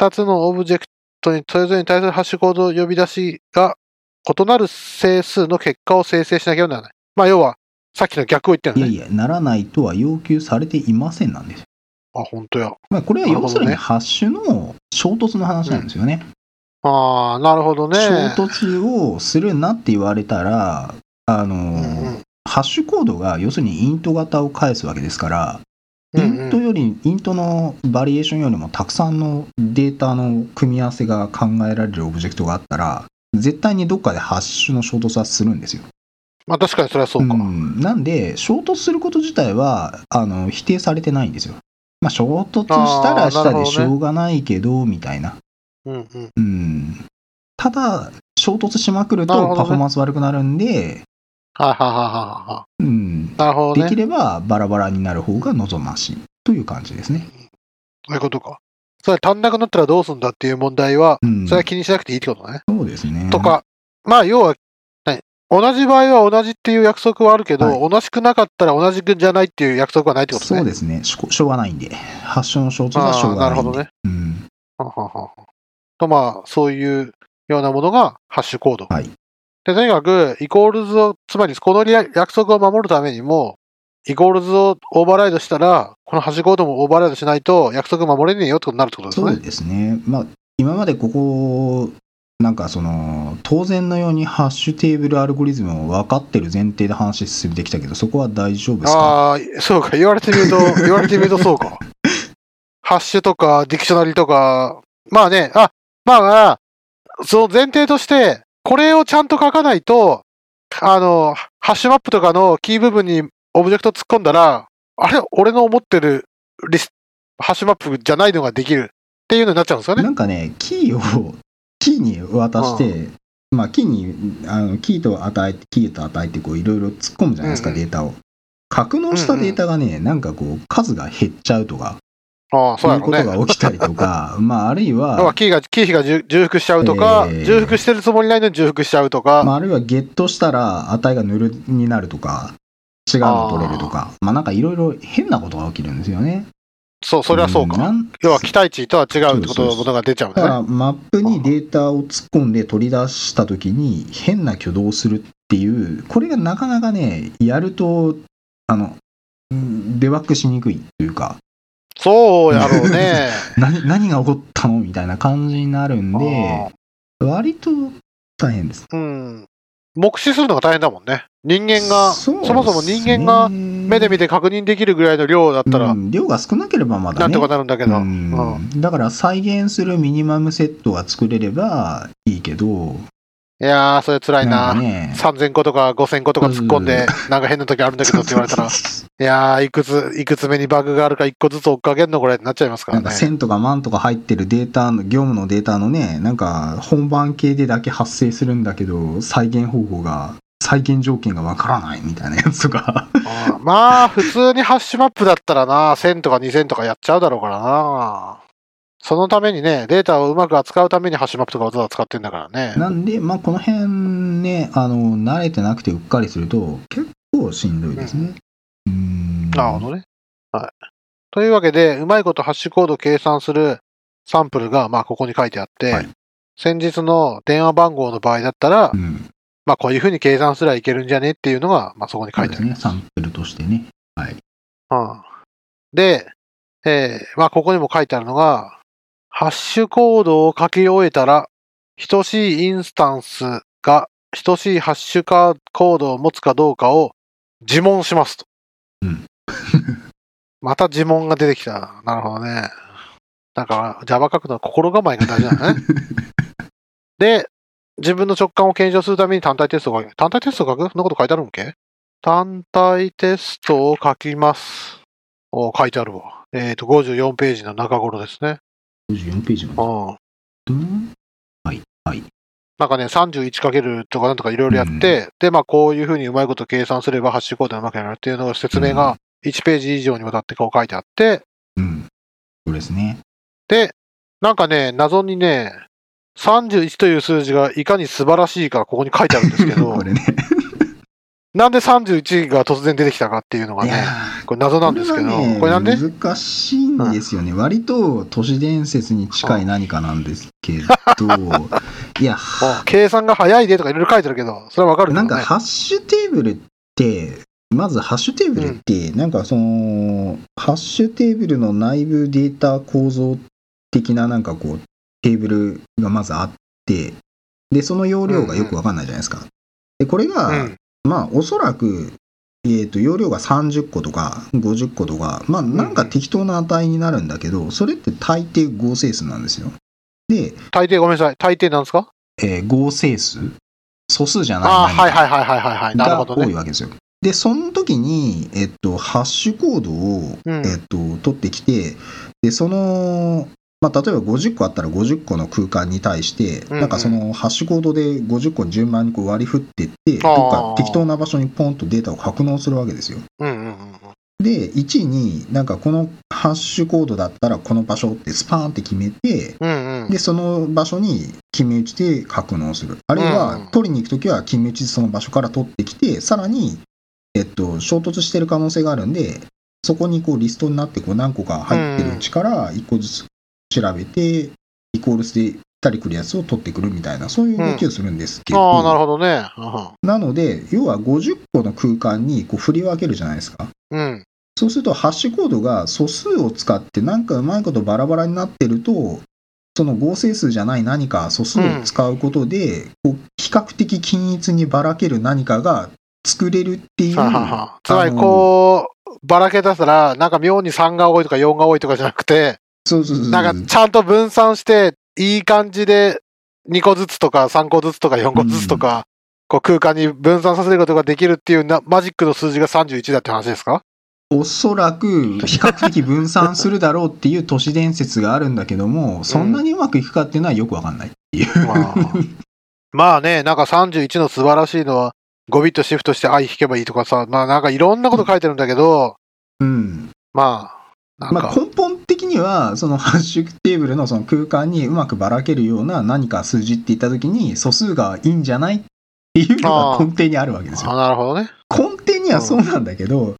[SPEAKER 1] 二つのオブジェクトにそれぞれに対するハッシュコード呼び出しが異なる整数の結果を生成しなきゃならない。まあ要は、さっきの逆を言ってる
[SPEAKER 2] い
[SPEAKER 1] の
[SPEAKER 2] や
[SPEAKER 1] ね。
[SPEAKER 2] いや、ならないとは要求されていませんなんです。
[SPEAKER 1] あ、本当や。
[SPEAKER 2] まあ、これは
[SPEAKER 1] なる
[SPEAKER 2] 要
[SPEAKER 1] ほ
[SPEAKER 2] す
[SPEAKER 1] どね
[SPEAKER 2] るにハッシュの衝突の話なんですよね。
[SPEAKER 1] ああ、なるほどね。
[SPEAKER 2] 衝突をするなって言われたら、あの
[SPEAKER 1] う
[SPEAKER 2] ー
[SPEAKER 1] ん
[SPEAKER 2] ハッシュコードが要するにイント型を返すわけですから、
[SPEAKER 1] うん
[SPEAKER 2] イントより、イントのバリエーションよりもたくさんのデータの組み合わせが考えられるオブジェクトがあったら、絶対にどっかでハッシュの衝突はするんですよ。
[SPEAKER 1] まあ確かにそれはそうか。
[SPEAKER 2] ん、なんで、衝突すること自体はあの否定されてないんですよ。まあ、衝突した
[SPEAKER 1] あ
[SPEAKER 2] ら
[SPEAKER 1] ー
[SPEAKER 2] した
[SPEAKER 1] なるほど
[SPEAKER 2] で
[SPEAKER 1] ね
[SPEAKER 2] しょうがないけど、みたいな。
[SPEAKER 1] うんうん。
[SPEAKER 2] うん、ただ、衝突しまくる
[SPEAKER 1] なるほど
[SPEAKER 2] と
[SPEAKER 1] ね
[SPEAKER 2] パフォーマンス悪くなるんで、
[SPEAKER 1] はいはいはいはいは
[SPEAKER 2] うん
[SPEAKER 1] い。、なるほど
[SPEAKER 2] で
[SPEAKER 1] ね
[SPEAKER 2] き。ればバラバラになる方が望ましいという感じですね。
[SPEAKER 1] そういうことか。それ足んなくなったらどうすんだっていう問題は、
[SPEAKER 2] うん、
[SPEAKER 1] それは
[SPEAKER 2] そ
[SPEAKER 1] 気にしなくていいってことね。
[SPEAKER 2] うですね。
[SPEAKER 1] とか、まあ要は、何同じ場合は同じっていう約束はあるけど、
[SPEAKER 2] は
[SPEAKER 1] 同じくなかったら同じくじゃないっていう約束はないってことね。
[SPEAKER 2] そうですねしょしょうがないんで発症の衝突はしょ
[SPEAKER 1] ああ、
[SPEAKER 2] うが
[SPEAKER 1] なる
[SPEAKER 2] ない
[SPEAKER 1] ほ
[SPEAKER 2] ん
[SPEAKER 1] ど
[SPEAKER 2] で
[SPEAKER 1] ね。
[SPEAKER 2] うん
[SPEAKER 1] ははははと、まあ、そういうようなものがハッシュコード。
[SPEAKER 2] はい
[SPEAKER 1] で、とにかく、イコールズを、つまり、このリア約束を守るためにも、イコールズをオーバーライドしたら、このハッシュコードもオーバーライドしないと、約束守れねえよってことになるってことです
[SPEAKER 2] そう
[SPEAKER 1] ね。
[SPEAKER 2] ですねまあ今までここなんかその当然のようにハッシュテーブルアルゴリズムを分かってる前提で話進めてきたけどそこは大丈夫ですか
[SPEAKER 1] ああ、そうか。言われてみると、 言われてみるとそうか。ハッシュとか、ディクショナリとか、まあね、あ、まあまあ、その前提として、これをちゃんと書かないと、あの、ハッシュマップとかのキー部分にオブジェクト突っ込んだら、あれ、俺の思ってるリス、ハッシュマップじゃないのができるっていうのになっちゃうんですかね。
[SPEAKER 2] なんかねキーをキーに渡してまあキーにあのキーと与えてキーと与えてこういろいろ突っ込むじゃないですか、
[SPEAKER 1] うんうん
[SPEAKER 2] データを格納したデータがね、なんかこう数が減っちゃうとか
[SPEAKER 1] ああ、そう
[SPEAKER 2] そ
[SPEAKER 1] や
[SPEAKER 2] う
[SPEAKER 1] ろう
[SPEAKER 2] いうこと
[SPEAKER 1] ね。
[SPEAKER 2] が起きたりと か、まあ、あるい
[SPEAKER 1] 要は
[SPEAKER 2] は、
[SPEAKER 1] キーが、キー比が重重複しちゃうとか、
[SPEAKER 2] えー
[SPEAKER 1] 重複してるつもりないのに重複しちゃうとか、
[SPEAKER 2] まあ、あるいはゲットしたら値がヌルになるとか、違うの取れるとか、まあ、なんかいろいろ変なことが起きるんですよね。
[SPEAKER 1] そう、それはそうん
[SPEAKER 2] な
[SPEAKER 1] か。
[SPEAKER 2] ん
[SPEAKER 1] 要は期待値とは違うってこと
[SPEAKER 2] そうそうそう
[SPEAKER 1] のものが出ちゃうん
[SPEAKER 2] だか
[SPEAKER 1] だね。
[SPEAKER 2] ら、マップにデータを突っ込んで取り出したときに、変な挙動をするっていう、これがなかなかね、やると、あの、うんデバッグしにくいというか、
[SPEAKER 1] そうやろう ね。
[SPEAKER 2] 何何が起こったのみたいな感じになるんで、割と大変です。
[SPEAKER 1] うん。目視するのが大変だもんね。人間が、そもそも人間が目
[SPEAKER 2] 目
[SPEAKER 1] で見て確認できるぐらいの量だったら、
[SPEAKER 2] うん量が少なければまだね
[SPEAKER 1] なんとかなるんだけど、
[SPEAKER 2] うん
[SPEAKER 1] うん
[SPEAKER 2] だから再現するミニマムセットが作れればいいけど
[SPEAKER 1] いやー、それ辛い
[SPEAKER 2] な
[SPEAKER 1] な。
[SPEAKER 2] んかね
[SPEAKER 1] 3000個とか5000個とか突っ込んで、なんか変な時あるんだけどって言われたら、いやー、いくつ、いくつ目にバグがあるか1個ずつ追っかけんのこれってなっちゃいますか
[SPEAKER 2] な
[SPEAKER 1] ら
[SPEAKER 2] んか
[SPEAKER 1] ね。
[SPEAKER 2] 1000とか万とか入ってるデータの業務のデータのねなんか本番系でだけ発生するんだけど再現方法が再現条件がわからないみたいなやつ とか
[SPEAKER 1] うんまあ、普通にハッシュマップだったらな、1000とか2000とかやっちゃうだろうからな。そのためにね、データをうまく扱うためにハッシュマップとかわざわざ使ってんだからね。
[SPEAKER 2] なんでまあこの辺ねあの慣れてなくてうっかりすると結構しんどいですね、うん
[SPEAKER 1] なるほどね。はい。というわけで、うまいことハッシュコードを計算するサンプルが、まあ、ここに書いてあって、
[SPEAKER 2] はい
[SPEAKER 1] 先日の電話番号の場合だったら、
[SPEAKER 2] うん
[SPEAKER 1] まあ、こういうふうに計算すらいけるんじゃねっていうのが、まあ、そこに書いてある。
[SPEAKER 2] そうですねサンプルとしてね
[SPEAKER 1] うんで、えーまあ、ここにも書いてあるのが、ハッシュコードを書き終えたら、等しいインスタンスが等しいハッシュカコードを持つかどうかを自問しますと。
[SPEAKER 2] うん
[SPEAKER 1] また自問が出てきた。なるほどね。なんか Java 書くのは心構えが大事だ ね。で、自分の直感を検証するために単体テストを書く。単体テストを書くそんなこと書いてあるんけ単体テストを書きます。お書いてあるわ。えっ、と、54ページの中頃ですね。
[SPEAKER 2] 54ページまで
[SPEAKER 1] うん。
[SPEAKER 2] うん
[SPEAKER 1] なんかね、31かけるとかなんとかいろいろやって、で、まあ、こういうふうにうまいこと計算すればハッシュコードがうまくなるっていうのを説明が1ページ以上にわたってこう書いてあって、
[SPEAKER 2] うんそうですね
[SPEAKER 1] で、なんかね、謎にね、31という数字がいかに素晴らしいかここに書いてあるんですけど
[SPEAKER 2] こ、れね
[SPEAKER 1] なんで31が突然出てきたかっていうのが
[SPEAKER 2] いや
[SPEAKER 1] ね、
[SPEAKER 2] ー
[SPEAKER 1] これ謎なんですけど、
[SPEAKER 2] これはね
[SPEAKER 1] これなんで
[SPEAKER 2] 難しいんですよね、割と都市伝説に近い何かなんです けどい
[SPEAKER 1] う
[SPEAKER 2] や
[SPEAKER 1] ん計算が早いでとかいろいろ書いてあるけど、それはわかるけど、
[SPEAKER 2] なん
[SPEAKER 1] ね。
[SPEAKER 2] かハッシュテーブルってまずハッシュテーブルって、なんかそのハッシュテーブルの内部データ構造的ななんかこうテーブルがまずあってでその容量がよくわかんないじゃないですか。でこれが、
[SPEAKER 1] うん
[SPEAKER 2] まあおそらく、えー、と容量が30個とか50個とかまあなんか適当な値になるんだけどそれって大抵合成数なんですよ。で、
[SPEAKER 1] 大抵ごめんなさい。大抵なんですか
[SPEAKER 2] えー合成数素数じゃない
[SPEAKER 1] ああ、
[SPEAKER 2] 何
[SPEAKER 1] はいはいはいはいはいはい。なる
[SPEAKER 2] が
[SPEAKER 1] ほど
[SPEAKER 2] 多い
[SPEAKER 1] ね。
[SPEAKER 2] わけですよ。でその時に、えっと、ハッシュコードを、
[SPEAKER 1] うん
[SPEAKER 2] えっと、取ってきてでその、まあ、例えば50個あったら50個の空間に対して、
[SPEAKER 1] んうん
[SPEAKER 2] なんかそのハッシュコードで50個順番にこう割り振ってって
[SPEAKER 1] あー
[SPEAKER 2] どっか適当な場所にポンとデータを格納するわけですよ。
[SPEAKER 1] うんうんうん。
[SPEAKER 2] で1位になんかこのハッシュコードだったらこの場所ってスパーンって決めて
[SPEAKER 1] うんうん。
[SPEAKER 2] でその場所に決め打ちで格納するあるいは、
[SPEAKER 1] うん
[SPEAKER 2] 取りに行く時は決め打ちでその場所から取ってきてさらに、えっと、衝突してる可能性があるんでそこにこうリストになってこう何個か入ってるうちから1個ずつ調べて、イコールして行ったり来るやつを取ってくるみたいなそういう動きをするんですけど、
[SPEAKER 1] ああ、なるほどね。
[SPEAKER 2] なので要は50個の空間にこう振り分けるじゃないですか。
[SPEAKER 1] うんうん。
[SPEAKER 2] そうするとハッシュコードが素数を使ってなんかうまいことバラバラになってるとその合成数じゃない何か素数を使うことで、こう比較的均一にばらける何かが作れるっていう
[SPEAKER 1] はははつまり、こう、ばらけ出したら、なんか妙に3が多いとか4が多いとかじゃなくて、
[SPEAKER 2] そうそうそうそう
[SPEAKER 1] なんかちゃんと分散して、いい感じで2個ずつとか3個ずつとか4個ずつとか、こう空間に分散させることができるっていうなマジックの数字が31だって話ですか
[SPEAKER 2] おそらく比較的分散するだろうっていう都市伝説があるんだけども、そんなにうまくいくかっていうのはよくわかんない。
[SPEAKER 1] まあ、 まあね、なんか31の素晴らしいのは、5ビットシフトして i 引けばいいとかさ、まあなんかいろんなこと書いてるんだけど、
[SPEAKER 2] うん
[SPEAKER 1] まあ、なん
[SPEAKER 2] ま
[SPEAKER 1] か、
[SPEAKER 2] あ、根本的にはそのハッシュテーブルのその空間にうまくばらけるような何か数字って言った時に素数がいいんじゃないっていうの
[SPEAKER 1] あ
[SPEAKER 2] が
[SPEAKER 1] ー
[SPEAKER 2] 根底にあるわけです
[SPEAKER 1] あ
[SPEAKER 2] よ。
[SPEAKER 1] なるほどね。
[SPEAKER 2] 根底にはそうなんだけど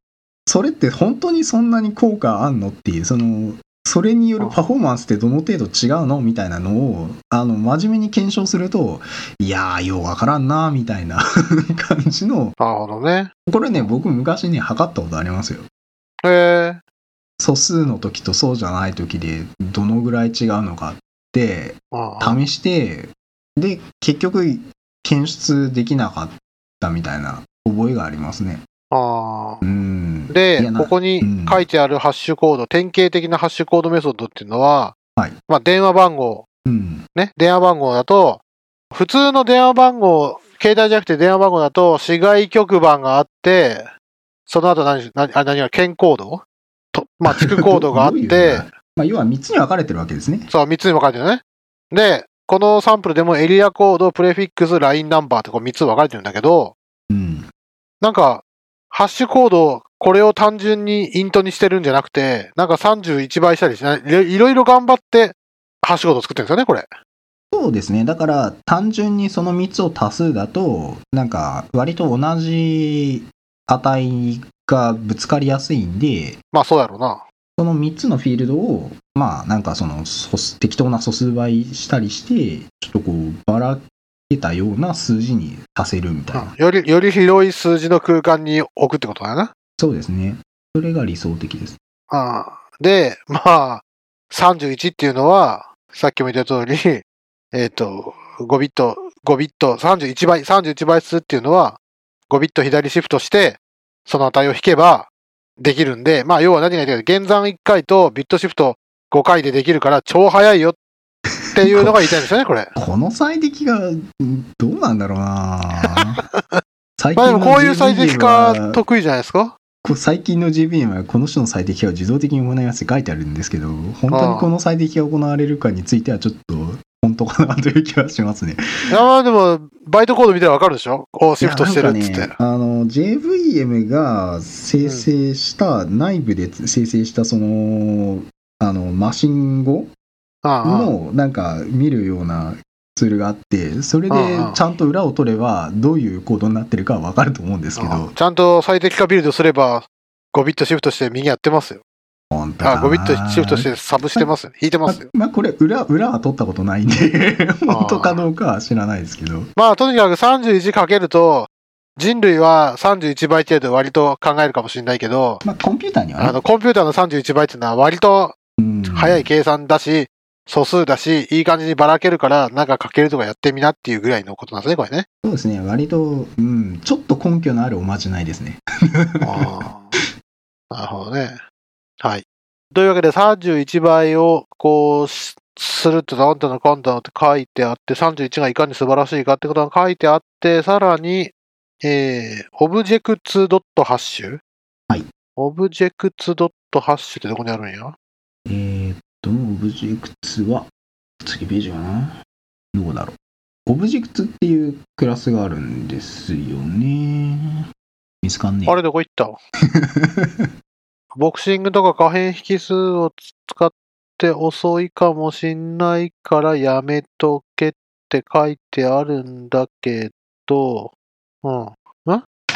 [SPEAKER 2] それって本当にそんなに効果あんのっていうそのそれによるパフォーマンスってどの程度違うのみたいなのをあの真面目に検証するといやーようわからんなーみたいな 感じの
[SPEAKER 1] なるほどね。
[SPEAKER 2] これね僕昔ね測ったことありますよ。
[SPEAKER 1] へえ
[SPEAKER 2] 素数の時とそうじゃない時でどのぐらい違うのかって
[SPEAKER 1] うん
[SPEAKER 2] 試してで結局検出できなかったみたいな覚えがありますね。
[SPEAKER 1] あ
[SPEAKER 2] う
[SPEAKER 1] ー
[SPEAKER 2] ん。い
[SPEAKER 1] で
[SPEAKER 2] や、な
[SPEAKER 1] ここに書いてあるハッシュコード、典型的なハッシュコードメソッドっていうのは、
[SPEAKER 2] はい
[SPEAKER 1] まあ、電話番号、
[SPEAKER 2] うん。
[SPEAKER 1] ね、電話番号だと、普通の電話番号、携帯じゃなくて電話番号だと、市外局番があって、その後何、何、あ何が、県コードと、 まあ、地区コードがあっ
[SPEAKER 2] どういう
[SPEAKER 1] て
[SPEAKER 2] の、かまあ、要は3つに分かれてるわけですね。
[SPEAKER 1] そう、3つに分かれてるね。で、このサンプルでもエリアコード、プレフィックス、ラインナンバーってこう3つ分かれてるんだけど、
[SPEAKER 2] うん。
[SPEAKER 1] なんか、ハッシュコード、これを単純にイントにしてるんじゃなくて、なんか31倍したりしない、いろいろいろ頑張って、ハッシュコードを作ってるんですよね、これ。
[SPEAKER 2] そうですね。だから、単純にその3つを足すだと、なんか、割と同じ値がぶつかりやすいんで、
[SPEAKER 1] まあそうやろうな。
[SPEAKER 2] その3つのフィールドを、まあ、なんかその素数、適当な素数倍したりして、ちょっとこう、ばらけたような数字に足せるみたいな。
[SPEAKER 1] より、より広い数字の空間に置くってことだよな。
[SPEAKER 2] そうですね。それが理想的です。
[SPEAKER 1] ああで、まあ、31っていうのは、さっきも言った通り、 えっ、と、5ビット、5ビット、31倍、31倍数っていうのは、5ビット左シフトして、その値を引けばできるんで、まあ、要は何が言いたいか、減算1回とビットシフト5回でできるから、超早いよっていうのが言いたいんですよね、こ れ。
[SPEAKER 2] この最適が、んどうなんだろ うな最
[SPEAKER 1] まあ、で
[SPEAKER 2] の
[SPEAKER 1] もこういう最適化
[SPEAKER 2] JVM は
[SPEAKER 1] 得意じゃないですか
[SPEAKER 2] こう最近の JVM はこの種の最適化を自動的に行いますって書いてあるんですけど、本当にこの最適が行われるかについてはちょっと、本当かなという気はしますね。
[SPEAKER 1] いや、まあでも、バイトコード見たらわかるでしょこうシフトしてるっつっ
[SPEAKER 2] いや
[SPEAKER 1] て
[SPEAKER 2] なん。かね、あの JVM が生成した、内部で生成したそのあのマシン
[SPEAKER 1] うんう
[SPEAKER 2] 語
[SPEAKER 1] ん
[SPEAKER 2] のなんか見るようなツールがあってそれで
[SPEAKER 1] うんうん
[SPEAKER 2] ちゃんと裏を取ればどういうコードになってるかは分かると思うんですけど
[SPEAKER 1] ちゃんと最適化ビルドすれば、5ビットシフトして右やってますよ。
[SPEAKER 2] 本当
[SPEAKER 1] あ、
[SPEAKER 2] かな
[SPEAKER 1] 5ビットシフトしてサブしてますよ。引いてま
[SPEAKER 2] ます
[SPEAKER 1] よ。
[SPEAKER 2] まあこれ裏裏は取ったことない んで本当かどうかは知らないですけど
[SPEAKER 1] まあ、とにかく31かけると、人類は31倍程度割と考えるかもしれないけど、
[SPEAKER 2] まあコンピューターに
[SPEAKER 1] あ
[SPEAKER 2] はね
[SPEAKER 1] の、コンピューターの31倍っていうのは割と
[SPEAKER 2] うん
[SPEAKER 1] 早い計算だし、素数だし、いい感じにばらけるから、なんかかけるとかやってみなっていうぐらいのことなんですね、これね。
[SPEAKER 2] そうですね割と、うん、ちょっと根拠のあるおまじないですね
[SPEAKER 1] ああなるほどね。はい。というわけで、31倍をこうし、するとなんだのかんだのって書いてあって、31がいかに素晴らしいかってことが書いてあって、さらに、えー、objects.hash?
[SPEAKER 2] はい。
[SPEAKER 1] objects.hash ってどこにあるんや
[SPEAKER 2] えーっと、オブジェクトは、次ページかなどこだろう。オブジェクトっていうクラスがあるんですよね。見つかんねえ。
[SPEAKER 1] あれどこ行った ボクシングとか可変引数を使って遅いかもしんないからやめとけって書いてあるんだけど、うん。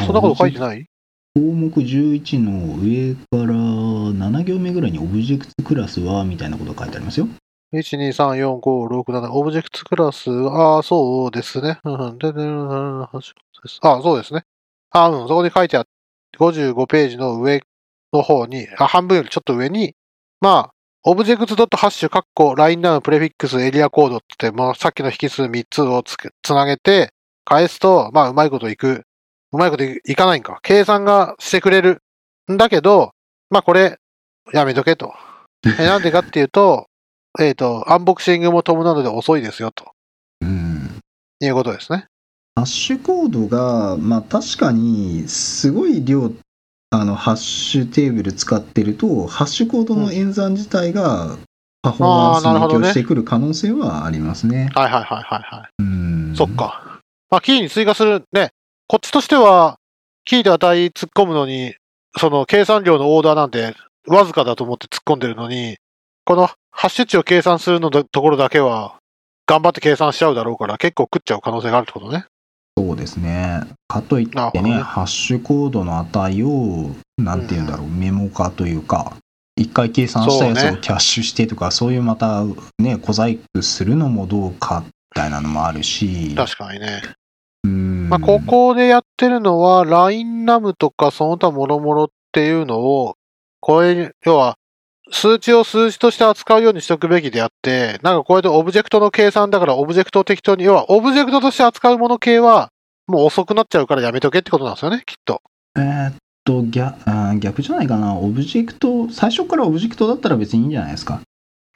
[SPEAKER 1] そんなこと書いて
[SPEAKER 2] い
[SPEAKER 1] ない
[SPEAKER 2] 項目11の上から7行目ぐらいにオブジェクトクラスは、みたいなことが書いてありますよ。
[SPEAKER 1] 1、2、3、4、5、6、7、オブジェクトクラス、ああ、そうですね。うんうんででうんあ、そうですね。あうん、そこに書いてあって、55ページの上の方に、あ半分よりちょっと上に、まあ、オブジェクトドットハッシュ、カッコ、ラインダウン、プレフィックス、エリアコードって、もうさっきの引数3つをつけつなげて、返すと、まあ、うまいこといく。うまいこといいかないんか。計算がしてくれる。んだけど、まあ、これ、やめとけと。えなんでかっていうと、えっ、と、アンボクシングも伴うので遅いですよ、と
[SPEAKER 2] うん。
[SPEAKER 1] いうことですね。
[SPEAKER 2] ハッシュコードが、まあ確かに、すごい量、あの、ハッシュテーブル使ってると、ハッシュコードの演算自体が、パフォーマンスに
[SPEAKER 1] あーなるほ
[SPEAKER 2] 影
[SPEAKER 1] どね
[SPEAKER 2] 響してくる可能性はありますね。
[SPEAKER 1] はいはいはいはいはい。
[SPEAKER 2] うん
[SPEAKER 1] そっ。か。まあ、キーに追加する、ね、こっちとしては、キーで値突っ込むのに、その計算量のオーダーなんて、わずかだと思って突っ込んでるのに、このハッシュ値を計算するのだところだけは、頑張って計算しちゃうだろうから、結構食っちゃう可能性があるってことね。
[SPEAKER 2] そうですね。かといっ
[SPEAKER 1] なるほ
[SPEAKER 2] て
[SPEAKER 1] ど
[SPEAKER 2] ね、
[SPEAKER 1] ね
[SPEAKER 2] ハッシュコードの値を、なんていうんだろう、メモ化というか、一回計算したや
[SPEAKER 1] そう
[SPEAKER 2] つを
[SPEAKER 1] ね
[SPEAKER 2] キャッシュしてとか、そう,、いうまた、ね、小細工するのもどうか、みたいなのもあるし。
[SPEAKER 1] 確かにね。
[SPEAKER 2] うん
[SPEAKER 1] まあ、ここでやってるのは、ラインナムとかその他諸々っていうのを、これ、要は、数値を数字として扱うようにしとくべきであって、なんかこうやってオブジェクトの計算だから、オブジェクトを適当に、要は、オブジェクトとして扱うもの系は、もう遅くなっちゃうからやめとけってことなんですよね、きっと。
[SPEAKER 2] えーっと逆あー逆じゃないかなオブジェクト最初からオブジェクトだったら別にいいんじゃないですか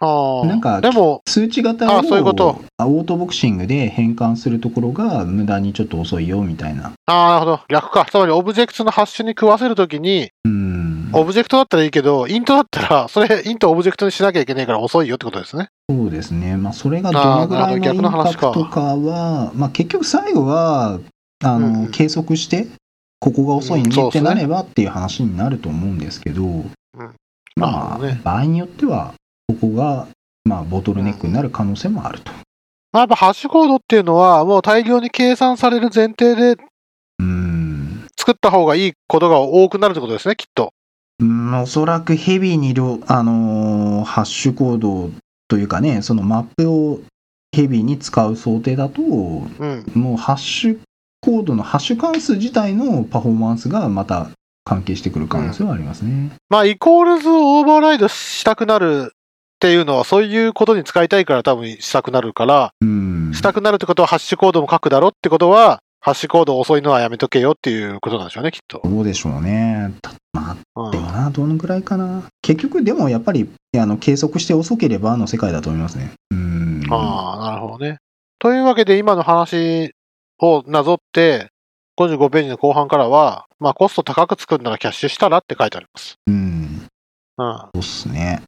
[SPEAKER 1] ああ。
[SPEAKER 2] なんか
[SPEAKER 1] でも、
[SPEAKER 2] 数値型を
[SPEAKER 1] あそういうこと
[SPEAKER 2] あオートボクシングで変換するところが無駄にちょっと遅いよみたいな
[SPEAKER 1] ああ、なるほど。逆か。つまり、オブジェクトのハッシュに食わせるときに、
[SPEAKER 2] うん
[SPEAKER 1] オブジェクトだったらいいけど、イントだったら、それ、イントをオブジェクトにしなきゃいけないから遅いよってことですね。
[SPEAKER 2] そうですね、まあ、それがど
[SPEAKER 1] あー
[SPEAKER 2] のぐら
[SPEAKER 1] なる
[SPEAKER 2] いのイ
[SPEAKER 1] ほ
[SPEAKER 2] ン
[SPEAKER 1] ど逆の
[SPEAKER 2] パ
[SPEAKER 1] 話
[SPEAKER 2] ク
[SPEAKER 1] か
[SPEAKER 2] トかは、まあ、結局最後はあの、
[SPEAKER 1] うんうん
[SPEAKER 2] 計測して、ここが遅いね
[SPEAKER 1] うんそう
[SPEAKER 2] っ
[SPEAKER 1] です
[SPEAKER 2] て
[SPEAKER 1] ね
[SPEAKER 2] なればっていう話になると思うんですけど、まあ、
[SPEAKER 1] なるほどね
[SPEAKER 2] 場合によっては、ここが、まあ、ボトルネックになる可能性もあると。
[SPEAKER 1] まあ、やっぱハッシュコードっていうのは、もう大量に計算される前提で
[SPEAKER 2] うん、
[SPEAKER 1] 作った方がいいことが多くなるってことですね、きっと。
[SPEAKER 2] うんおそらくヘビーに量、あのーハッシュコードというかね、そのマップをヘビーに使う想定だと、
[SPEAKER 1] うん。
[SPEAKER 2] もうハッシュコードのハッシュ関数自体のパフォーマンスがまた関係してくる可能性はありますね。
[SPEAKER 1] まあ、イコールズをオーバーライドしたくなるっていうのは、そういうことに使いたいから多分したくなるから、
[SPEAKER 2] うん。
[SPEAKER 1] したくなるってことはハッシュコードも書くだろってことは、ハッシュコード遅いのはやめとけよっていうことなんでしょうね、きっと。
[SPEAKER 2] どうでしょうね。たまあ、
[SPEAKER 1] うん
[SPEAKER 2] でもな、どのぐらいかな。結局、でもやっぱり、あの、計測して遅ければの世界だと思いますね。うん。
[SPEAKER 1] ああ、なるほどね。というわけで、今の話をなぞって、55ページの後半からは、まあ、コスト高く作るならキャッシュしたらって書いてあります。
[SPEAKER 2] うん。
[SPEAKER 1] うん。
[SPEAKER 2] そうっすね。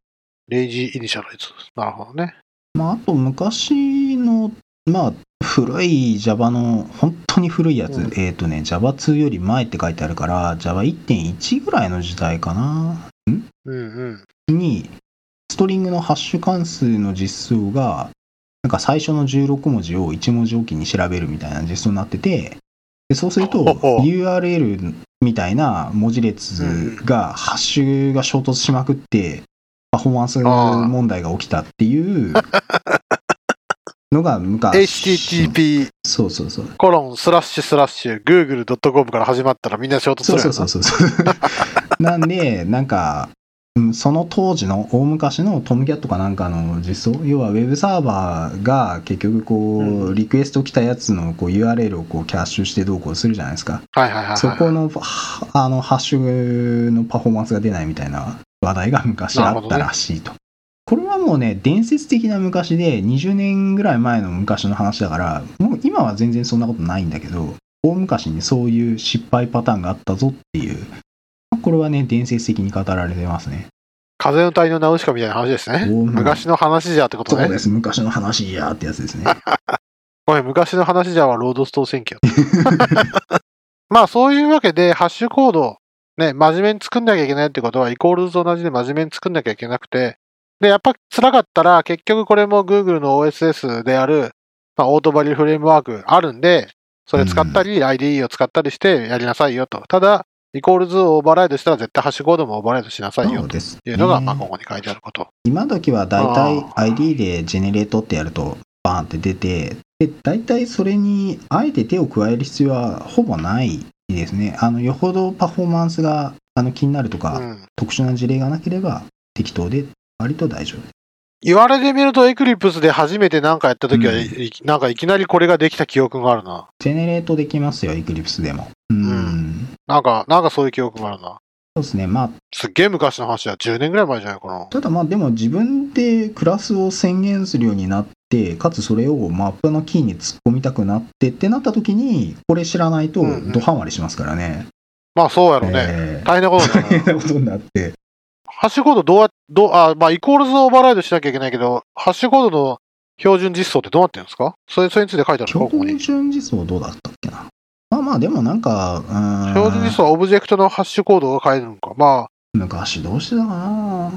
[SPEAKER 1] レイジーイニシャライズ。なるほどね。
[SPEAKER 2] まあ、あと昔の、まあ、古い Java の、本当に古いやつ、
[SPEAKER 1] うん
[SPEAKER 2] えっ、とね、Java2 より前って書いてあるから、Java1.1 ぐらいの時代かな。
[SPEAKER 1] うんうん。
[SPEAKER 2] に、ストリングのハッシュ関数の実装が、なんか最初の16文字を1文字おきに調べるみたいな実装になってて、でそうすると
[SPEAKER 1] ほほ
[SPEAKER 2] URL みたいな文字列が、ハッシュが衝突しまくって、パフォーマンス問題が起きたっていうの が昔。
[SPEAKER 1] http
[SPEAKER 2] そうそうそう。
[SPEAKER 1] コロンスラッシュスラッシュ google.com から始まったらみんな衝突す
[SPEAKER 2] そう
[SPEAKER 1] る
[SPEAKER 2] そうそうそうそう。なんで、なんか、うんその当時の大昔のトムキャットかなんかの実装要はウェブサーバーが結局こう、
[SPEAKER 1] うん
[SPEAKER 2] リクエスト来たやつのこう URL をこうキャッシュしてどうこうするじゃないですか、
[SPEAKER 1] はいはいはいはい。
[SPEAKER 2] そこのはあのハッシュのパフォーマンスが出ないみたいな話題が昔あったらしいと、これはもうね伝説的な昔で20年ぐらい前の昔の話だからもう今は全然そんなことないんだけど大昔にそういう失敗パターンがあったぞっていうこれはね伝説的に語られてますね
[SPEAKER 1] 風の谷のナウシカみたいな話ですね。
[SPEAKER 2] おー
[SPEAKER 1] 昔の話じゃってこと
[SPEAKER 2] そう
[SPEAKER 1] ね
[SPEAKER 2] で。す昔の話やーってやつですね
[SPEAKER 1] これ昔の話じゃはロードストー選挙。 まあそういうわけで、ハッシュコードをね、真面目に作んなきゃいけないってことは、イコールズと同じで真面目に作んなきゃいけなくて、で、やっぱ辛かったら、結局これも Google の OSS である、まあ、オートバリューフレームワークあるんで、それ使ったり、IDE を使ったりしてやりなさいよと。ただ、イコールズをオーバーライドしたら絶対ハッシュコードもオーバーライドしなさい
[SPEAKER 2] そう
[SPEAKER 1] よと
[SPEAKER 2] です
[SPEAKER 1] いうのが、まあ
[SPEAKER 2] ね
[SPEAKER 1] ここに書いてあること。
[SPEAKER 2] 今時はだい
[SPEAKER 1] あ
[SPEAKER 2] たい ID でジェネレートってやるとバーンって出てでだいたいそれにあえて手を加える必要はほぼないですねあのよほどパフォーマンスがあの気になると
[SPEAKER 1] う
[SPEAKER 2] か、
[SPEAKER 1] ん。
[SPEAKER 2] 特殊な事例がなければ適当で割と大丈夫
[SPEAKER 1] 言われてみると、エクリプスで初めてなんかやった時は、
[SPEAKER 2] うん
[SPEAKER 1] いなんかいきなりこれができた記憶があるな。
[SPEAKER 2] ジェネレートできますよ Eclipse でもうん、
[SPEAKER 1] うんなんか、なんかそういう記憶があるな。
[SPEAKER 2] そうですねまあ
[SPEAKER 1] すっげえ昔の話は10年ぐらい前じゃないかな。
[SPEAKER 2] ただまあでも自分でクラスを宣言するようになってかつそれをマップのキーに突っ込みたくなってってなった時にこれ知らないと
[SPEAKER 1] うんうん
[SPEAKER 2] ドハマりしますからね、
[SPEAKER 1] まあそうやろうね。
[SPEAKER 2] え
[SPEAKER 1] 大変なこと
[SPEAKER 2] ー大
[SPEAKER 1] だ
[SPEAKER 2] 変
[SPEAKER 1] な。
[SPEAKER 2] なことになって。
[SPEAKER 1] ハッシュコードどうや、どう、あ、まあイコールズオーバーライドしなきゃいけないけど、ハッシュコードの標準実装ってどうなってるんですかそれ、それについて書いてあるの
[SPEAKER 2] 標
[SPEAKER 1] ここに。
[SPEAKER 2] 準実装どうだったっけな。まあまあ、でもなんか、うーん
[SPEAKER 1] 標準実装はオブジェクトのハッシュコードが変えるのか。ま
[SPEAKER 2] 昔どうしてたかな。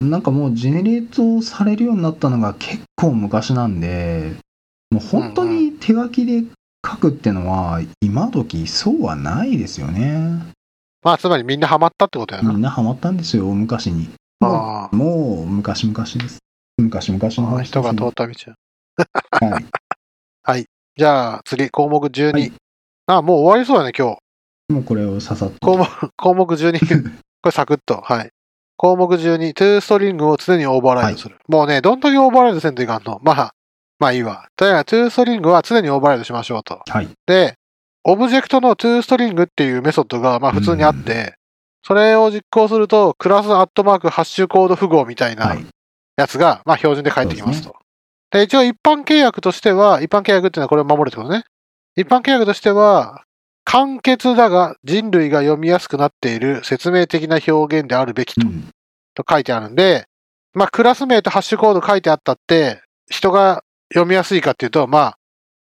[SPEAKER 2] なんかもう、ジェネレートされるようになったのが結構昔なんで、もう本当に手書きで書くってのは、今時そうはないですよね。
[SPEAKER 1] あ、まあつまりみんなハマったってことや
[SPEAKER 2] み
[SPEAKER 1] な。
[SPEAKER 2] んなハマったんですよ、昔に。も
[SPEAKER 1] あ
[SPEAKER 2] う、もう昔々です。昔々
[SPEAKER 1] あ、
[SPEAKER 2] の
[SPEAKER 1] あの
[SPEAKER 2] 話です
[SPEAKER 1] 人
[SPEAKER 2] ね、
[SPEAKER 1] が通った道や。
[SPEAKER 2] はい。
[SPEAKER 1] じゃあ次、項目12。
[SPEAKER 2] はい
[SPEAKER 1] あ、もう終わりそうだね、今日。
[SPEAKER 2] もうこれをささっと。
[SPEAKER 1] 項目、項目12。これ サクッと。はい。項目12、トゥーストリングを常にオーバーライドする。もうね、どんだけオーバーライドせんといかんの。まあ、まあいいわ。だから、トゥーストリングは常にオーバーライドしましょうと。
[SPEAKER 2] はい。
[SPEAKER 1] で、オブジェクトの toString っていうメソッドがまあ普通にあって、それを実行すると、クラスアットマークハッシュコード符号みたいな
[SPEAKER 2] はい。
[SPEAKER 1] やつが、まあ、標準で返ってきますと。で一応一般契約としては、一般契約っていうのはこれを守るってことね。一般契約としては、簡潔だが人類が読みやすくなっている説明的な表現であるべきと,、
[SPEAKER 2] うん。
[SPEAKER 1] と書いてあるんで、まあ、クラス名とハッシュコード書いてあったって、人が読みやすいかっていうと、まあ、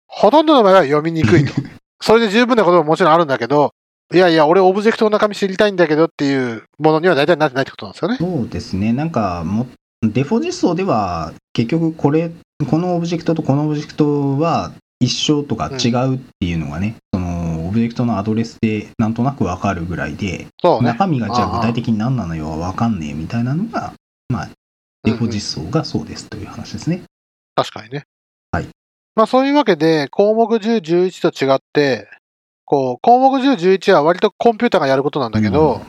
[SPEAKER 1] ほとんどの場合は読みに くいと。それで十分なことももちろんあるんだけど、いやいや、俺オブジェクトの中身知りたいんだけどっていうものには大体なってないってことなんですよね。
[SPEAKER 2] そうですね。なんかも、デフォ実装では、結局これ、このオブジェクトとこのオブジェクトは一緒とか違うっていうのがね、その、オブジェクトのアドレスでなんとなくわかるぐらいで、
[SPEAKER 1] そうね。
[SPEAKER 2] 中身がじゃ
[SPEAKER 1] あ
[SPEAKER 2] あ
[SPEAKER 1] あ
[SPEAKER 2] 具体的に何なのよはわかんねえみたいなのが、まあ、デフォ実装がそうですという話ですね。
[SPEAKER 1] 確かにね。
[SPEAKER 2] はい。
[SPEAKER 1] まあそういうわけで、項目10、11と違って、こう、項目10、11は割とコンピューターがやることなんだけど、
[SPEAKER 2] う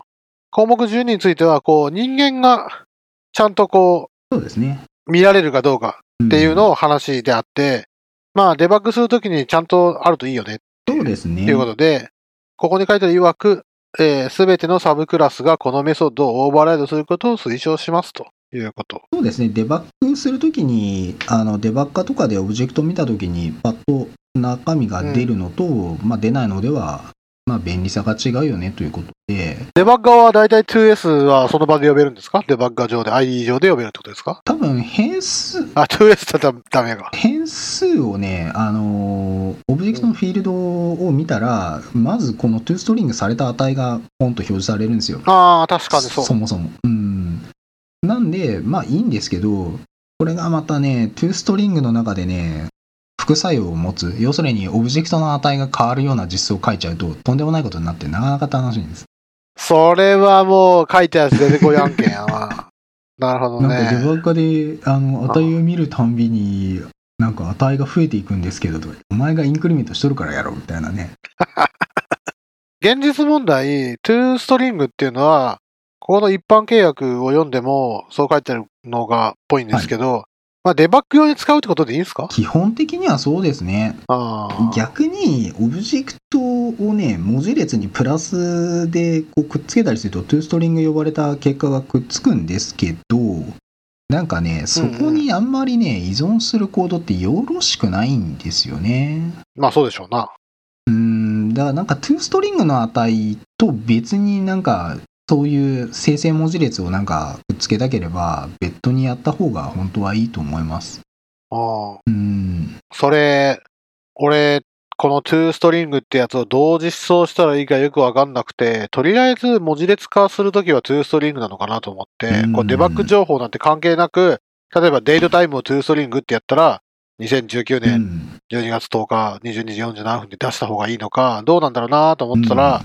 [SPEAKER 1] 項目12については、こう、人間がちゃんとこ
[SPEAKER 2] そうですね。
[SPEAKER 1] う、見られるかどうか
[SPEAKER 2] っ
[SPEAKER 1] っていうの
[SPEAKER 2] を、
[SPEAKER 1] を話であって、まあデバッグするときにちゃんとあるといいよねっ
[SPEAKER 2] そうですね。
[SPEAKER 1] ていうことで、ここに書いてある曰く、す、え、べ、てのサブクラスがこのメソッドをオーバーライドすることを推奨しますということ。
[SPEAKER 2] そうですね、デバッグするときに、あのデバッカーとかでオブジェクト見たときに、パッと中身が出るのと、まあ、出ないのでは、まあ、便利さが違うよねということで、
[SPEAKER 1] デバッガーは大体 2S はその場で呼べるんですかデバッガー上で IE 上で呼べるってことですか
[SPEAKER 2] 多分変数、
[SPEAKER 1] あ、2S だったらダメか。
[SPEAKER 2] 変数をね、あのーオブジェクトのフィールドを見たら、まずこのトゥーストリングされた値がポンと表示されるんですよ。
[SPEAKER 1] ああ、確かにそう。
[SPEAKER 2] もそも。うん。なんで、まあいいんですけど、これがまたね、トゥーストリングの中でね、副作用を持つ、要するにオブジェクトの値が変わるような実装を書いちゃうと、とんでもないことになって、なかなか楽しいんです。
[SPEAKER 1] それはもう書いたやつ出てこい案件やな。 なるほど
[SPEAKER 2] なんかデ
[SPEAKER 1] ね。
[SPEAKER 2] バッグで、あの、値を見るたんびに、なんか値が増えていくんですけどとか、お前がインクリメントしとるからやろ、みたいなね。
[SPEAKER 1] 現実問題、2ストリングっていうのは、ここの一般契約を読んでも、そう書いてるのがっぽいんですけど、まあデバッグ用に使うってことでいいんですか
[SPEAKER 2] 基本的にはそうですね。
[SPEAKER 1] ああ。
[SPEAKER 2] 逆にオブジェクトをね文字列にプラスでこうくっつけたりするとトゥーストリング呼ばれた結果がくっつくんですけどなんかねそこにあんまりね依存するコードってよろしくないんですよね。
[SPEAKER 1] まあそうでしょうな。
[SPEAKER 2] うんだからなんかトゥーストリングの値と別になんかそういう生成文字列をなんかくっつけたければ別途にやった方が本当はいいと思います。
[SPEAKER 1] ああ。
[SPEAKER 2] うん
[SPEAKER 1] それ、俺、この2ストリングってやつをどう実装したらいいかよくわかんなくて、とりあえず文字列化するときは2ストリングなのかなと思って、
[SPEAKER 2] うん
[SPEAKER 1] こうデバッグ情報なんて関係なく、例えばデートタイムを2ストリングってやったら、2019
[SPEAKER 2] う
[SPEAKER 1] 年
[SPEAKER 2] ん
[SPEAKER 1] 12月10日22時47分で出した方がいいのか、どうなんだろうなと思ってたら、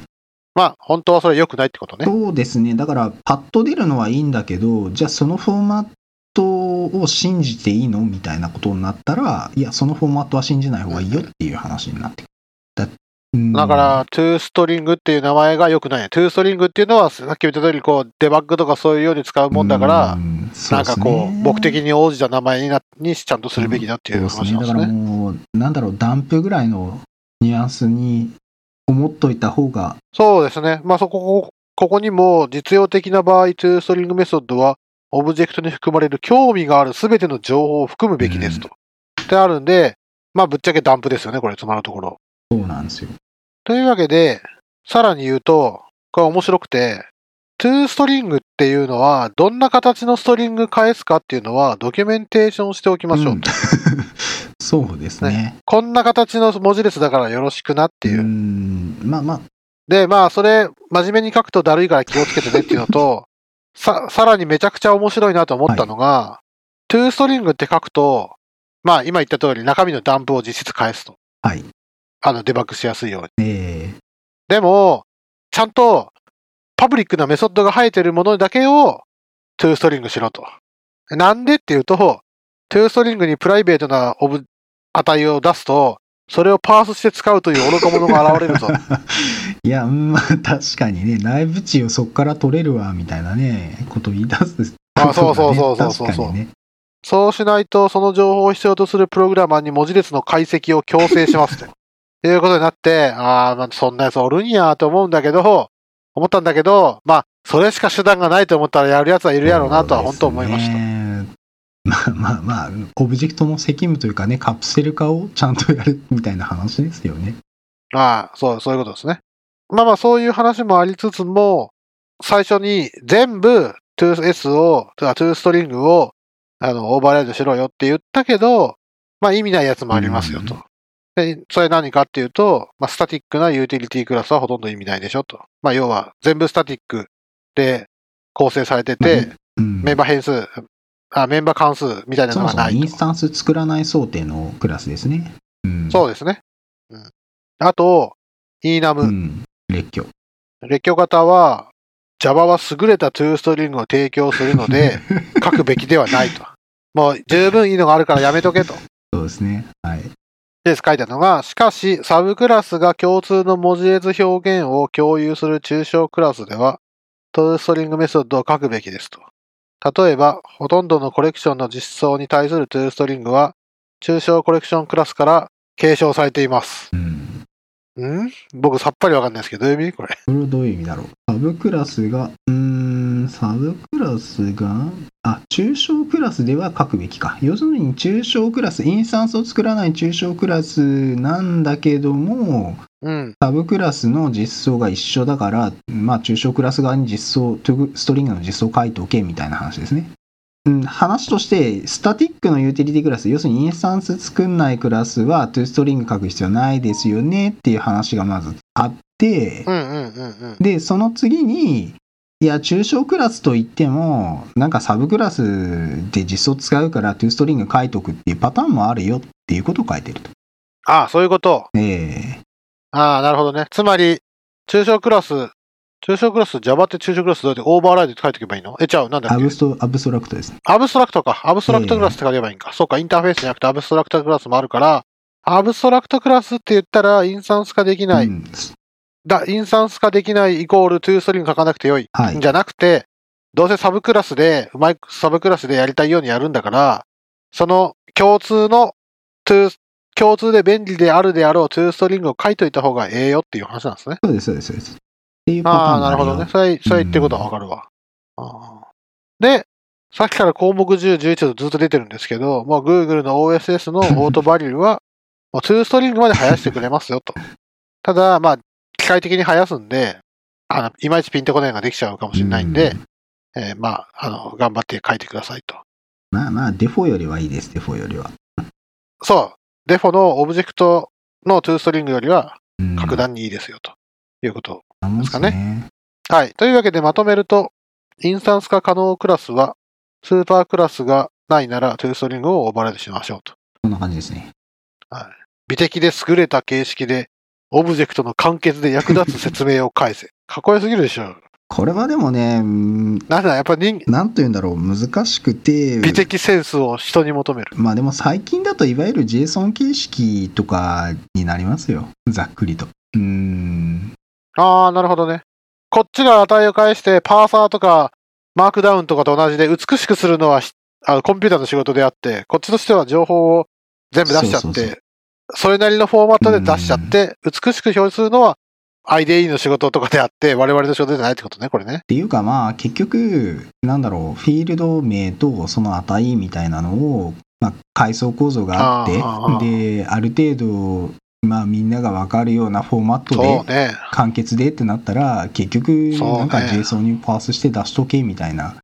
[SPEAKER 1] まあ、本当はそれ良くないってことね。
[SPEAKER 2] そうですね。だから、パッと出るのはいいんだけど、じゃあそのフォーマットを信じていいのみたいなことになったら、いや、そのフォーマットは信じない方がいいよっていう話になってくる。だうん
[SPEAKER 1] だから、2ストリングっていう名前が良くない。2ストリングっていうのは、さっき言った通り、こう、デバッグとかそういうように使うもんだから、
[SPEAKER 2] うんそ
[SPEAKER 1] な
[SPEAKER 2] うんで
[SPEAKER 1] か
[SPEAKER 2] すね
[SPEAKER 1] こう、目的に応じた名前になにちゃんとするべきだっていう
[SPEAKER 2] そうで
[SPEAKER 1] 話
[SPEAKER 2] す
[SPEAKER 1] なんです
[SPEAKER 2] ね。だから
[SPEAKER 1] ね。
[SPEAKER 2] もう、なんだろう、ダンプぐらいのニュアンスに思っといた方が、
[SPEAKER 1] そうですね。まあそこ、ここにも実用的な場合、トゥーストリングメソッドは、オブジェクトに含まれる興味があるすべての情報を含むべきですと。ってあるんで、まあぶっちゃけダンプですよね、これ、つまるところ。
[SPEAKER 2] そうなんですよ。
[SPEAKER 1] というわけで、さらに言うと、これ面白くて、トゥーストリングっていうのは、どんな形のストリング返すかっていうのは、ドキュメンテーションしておきましょうと。
[SPEAKER 2] うん そうですね。
[SPEAKER 1] こんな形の文字列だからよろしくなっていう。
[SPEAKER 2] んまあまあ、
[SPEAKER 1] で、まあ、それ、真面目に書くとだるいから気をつけてねっていうのと、 さ、さらにめちゃくちゃ面白いなと思ったのが、トゥーストリングって書くと、まあ、今言った通り中身のダンプを実質返すと。
[SPEAKER 2] はい。
[SPEAKER 1] あの、デバッグしやすいように。
[SPEAKER 2] えー
[SPEAKER 1] でも、ちゃんと、パブリックなメソッドが生えてるものだけを、トゥーストリングしろと。なんでっていうと、トゥーストリングにプライベートなオブ、値を出すと、それをパースして使うという愚か者が現れるぞ。
[SPEAKER 2] いや、うんまあ確かにね、内部値をそこから取れるわ、みたいなね、ことを言い出す。
[SPEAKER 1] あそうそうそうそうそうそう
[SPEAKER 2] 確かにね。
[SPEAKER 1] そうしないと、その情報を必要とするプログラマーに文字列の解析を強制しますと。いうことになって、ああ、まあ、そんなやつおるんやと思うんだけど、思ったんだけど、まあ、それしか手段がないと思ったらやるやつはいるやろうなとは本当思いました。
[SPEAKER 2] た。まあまあまあ、オブジェクトの責務というかね、カプセル化をちゃんとやるみたいな話ですよね。
[SPEAKER 1] ああ、そう、そういうことですね。まあまあ、そういう話もありつつも、最初に全部 2S を、あ 2string を、あの、オーバーライドしろよって言ったけど、まあ意味ないやつもありますよと。で、それ何かっていうと、まあ、スタティックなユーティリティクラスはほとんど意味ないでしょと。まあ要は、全部スタティックで構成されてて、
[SPEAKER 2] うん
[SPEAKER 1] メンバー変数、あ、メンバー関数みたいな
[SPEAKER 2] そ
[SPEAKER 1] の
[SPEAKER 2] も
[SPEAKER 1] が
[SPEAKER 2] そ
[SPEAKER 1] な
[SPEAKER 2] も
[SPEAKER 1] い
[SPEAKER 2] イ
[SPEAKER 1] と
[SPEAKER 2] ンスタンス作らない想定のクラスですね。うん、
[SPEAKER 1] そうですね。うん。あと、イーナム。
[SPEAKER 2] うん。列挙。
[SPEAKER 1] 列挙型は Java は優れた toString を提供するので書くべきではないと。もう十分いいのがあるからやめとけと。
[SPEAKER 2] そうですね。はい。
[SPEAKER 1] で、書いたのが、しかし、サブクラスが共通の文字列表現を共有する抽象クラスでは、toString メソッドを書くべきですと。例えば、ほとんどのコレクションの実装に対する toString は、抽象コレクションクラスから継承されています。
[SPEAKER 2] うん。
[SPEAKER 1] ん僕さっぱりわかんないですけど、どういう意味これ。
[SPEAKER 2] これはどういう意味だろう。サブクラスが、うーん、サブクラスが、あ、中小クラスでは書くべきか。要するに中小クラス、インスタンスを作らない中小クラスなんだけども、
[SPEAKER 1] うん。
[SPEAKER 2] サブクラスの実装が一緒だから、まあ、中小クラス側に実装、トゥストリングの実装を書いておけみたいな話ですね。うん、話として、スタティックのユーティリティクラス、要するにインスタンス作んないクラスは、トゥストリング書く必要ないですよねっていう話がまずあって、
[SPEAKER 1] うんうんうんうん。
[SPEAKER 2] で、その次に、いや、中小クラスといっても、なんかサブクラスで実装使うから、トゥストリング書いとくっていうパターンもあるよっていうことを書いてると。
[SPEAKER 1] ああ、そういうこと。
[SPEAKER 2] え
[SPEAKER 1] ああ、なるほどね。つまり、中小クラス、中小クラス、Java って中小クラスどうやってオーバーライドって書いておけばいいのえ、ちゃう、なん
[SPEAKER 2] え
[SPEAKER 1] だっ
[SPEAKER 2] ア
[SPEAKER 1] け
[SPEAKER 2] ブスト、アブストラクトですね
[SPEAKER 1] アブストラクトか。アブストラクトクラスって書けばいいんか。そうか、インターフェースじゃなくてアブストラクトクラスもあるから、アブストラクトクラスって言ったら、インスタンス化できない。
[SPEAKER 2] うん
[SPEAKER 1] だ、インスタンス化できないイコール、トゥーストリング書かなくてよい。
[SPEAKER 2] はい。
[SPEAKER 1] じゃなくて、どうせサブクラスで、うまいサブクラスでやりたいようにやるんだから、その共通の、トゥー共通で便利であるであろう、トゥーストリングを書いといた方がええよっていう話なんですね。
[SPEAKER 2] そうです、そうです、そうです。っていうパター
[SPEAKER 1] ああ、
[SPEAKER 2] ンが
[SPEAKER 1] なるほ
[SPEAKER 2] よ
[SPEAKER 1] どね。。それ、それ言ってることはわかるわ。あーで、さっきから項目10、11とずっと出てるんですけど、もう Google の OSS のオートバリューは、もう2ストリングまで生やしてくれますよと。ただ、まあ、機械的に生やすんで、あの、いまいちピンとこないのができちゃうかもしれないんで、えーまあ、あの、頑張って書いてくださいと。
[SPEAKER 2] まあまあ、デフォよりはいいです、デフォよりは。
[SPEAKER 1] そう。デフォのオブジェクトの2ストリングよりは
[SPEAKER 2] うん
[SPEAKER 1] 格段にいいですよということ
[SPEAKER 2] なもん
[SPEAKER 1] ですかはい。というわけでまとめると、インスタンス化可能クラスは、スーパークラスがないなら、トゥーストリングをオーバーライドしましょうと。
[SPEAKER 2] そんな感じですね。
[SPEAKER 1] 美的で優れた形式で、オブジェクトの完結で役立つ説明を返せ。かっこよすぎるでしょ。
[SPEAKER 2] これはでもね、うん
[SPEAKER 1] なんだ、やっぱ人、
[SPEAKER 2] なんと言うんだろう、難しくて、
[SPEAKER 1] 美的センスを人に求める。
[SPEAKER 2] まあでも最近だといわゆる JSON 形式とかになりますよ。ざっくりと。うん。
[SPEAKER 1] あー、なるほどね。こっちが値を返して、パーサーとか、マークダウンとかと同じで、美しくするのはひあのコンピューターの仕事であって、こっちとしては情報を全部出しちゃって、そ
[SPEAKER 2] そ
[SPEAKER 1] う
[SPEAKER 2] そうそ
[SPEAKER 1] れなりのフォーマットで出しちゃって、美しく表示するのは IDE の仕事とかであって、我々の仕事じゃないってことね、これね
[SPEAKER 2] っ。ていうかまあ結局、なんだろう、フィールド名とその値みたいなのを、まあ、階層構造があって
[SPEAKER 1] あーあーあー
[SPEAKER 2] で、ある程度、まあみんながわかるようなフォーマット
[SPEAKER 1] そ
[SPEAKER 2] で
[SPEAKER 1] うね。
[SPEAKER 2] 完結でってなったら結局
[SPEAKER 1] そうね
[SPEAKER 2] なんか JSON にパースして出しとけみたいな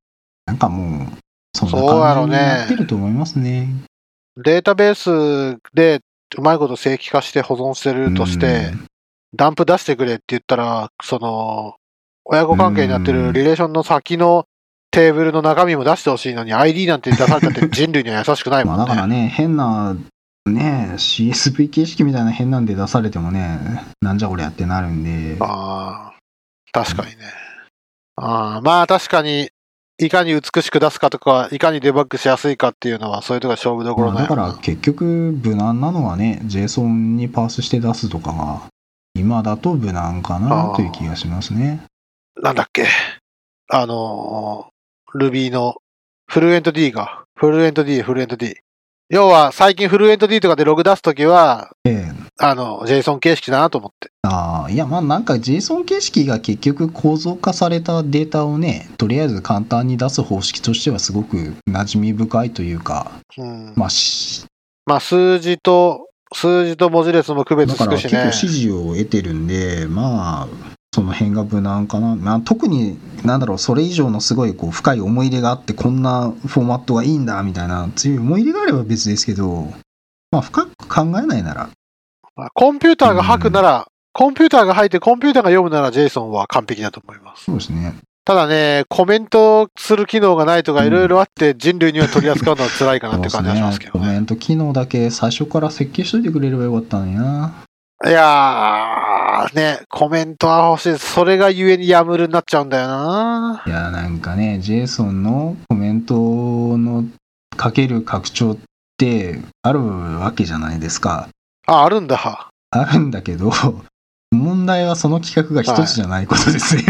[SPEAKER 2] なんかもうそん
[SPEAKER 1] そ
[SPEAKER 2] な
[SPEAKER 1] うやろう
[SPEAKER 2] 感じに
[SPEAKER 1] ね
[SPEAKER 2] なってると思いますね。
[SPEAKER 1] データベースでうまいこと正規化して保存してるとして、ダンプ出してくれって言ったら、その、親子関係になって
[SPEAKER 2] う
[SPEAKER 1] る
[SPEAKER 2] ん
[SPEAKER 1] リレーションの先のテーブルの中身も出してほしいのに、ID なんて出されたって人類には優しくな
[SPEAKER 2] う
[SPEAKER 1] い
[SPEAKER 2] ん、ま
[SPEAKER 1] も
[SPEAKER 2] あ
[SPEAKER 1] ん
[SPEAKER 2] だから
[SPEAKER 1] ね。
[SPEAKER 2] ね変なね CSV 形式みたいな変なんで出されてもねなんじゃこりゃってなるんで
[SPEAKER 1] ああ、確かにね。あーまあ確かに、いかに美しく出すかとか、いかにデバッグしやすいかっていうのは、そういうとこが勝負どころ
[SPEAKER 2] まあ
[SPEAKER 1] な
[SPEAKER 2] だ
[SPEAKER 1] んや
[SPEAKER 2] か
[SPEAKER 1] な
[SPEAKER 2] ら結局無難なのはね JSON にパースして出すとかが今だと無難かなという気がしますね。
[SPEAKER 1] なんだっけ、あのー、Ruby のフルエント D が、フルエント D、フルエント D。要は、最近フルエント D とかでログ出すときは、
[SPEAKER 2] ええ
[SPEAKER 1] あの、JSON 形式だなと思って。
[SPEAKER 2] ああ、いや、まあなんか JSON 形式が結局構造化されたデータをね、とりあえず簡単に出す方式としてはすごく馴染み深いというか、
[SPEAKER 1] うん。
[SPEAKER 2] まあ、し
[SPEAKER 1] まあ、数字と、数字と文字列も区別
[SPEAKER 2] だか
[SPEAKER 1] つ
[SPEAKER 2] ら
[SPEAKER 1] くし
[SPEAKER 2] 結構
[SPEAKER 1] ね。
[SPEAKER 2] 指示を得てるんで、まあ、その辺が無難かな。まあ特に、なんだろう、それ以上のすごいこう深い思い入れがあって、こんなフォーマットがいいんだ、みたいな強い思い入れがあれば別ですけど、まあ深く考えないなら、
[SPEAKER 1] まあコンピューターが吐くなら、コンピューターが吐いてコンピューターが読むなら JSON は完璧だと思います
[SPEAKER 2] そ。うですね。
[SPEAKER 1] ただね、コメントする機能がないとかいろいろあって人類には取り扱うのは辛いかなっていう感じがしますけど
[SPEAKER 2] コメ
[SPEAKER 1] ね。
[SPEAKER 2] ント機能だけ最初から設計しといてくれればよかったのにな。
[SPEAKER 1] いやー、ね、コメントは欲しい。それがゆえにやむるになっちゃうんだよない
[SPEAKER 2] や、なんかね、JSON のコメントのかける拡張ってあるわけじゃないですか。
[SPEAKER 1] あ、あるんだ。
[SPEAKER 2] あるんだけど、 問題はその企画が一つじゃないことですね。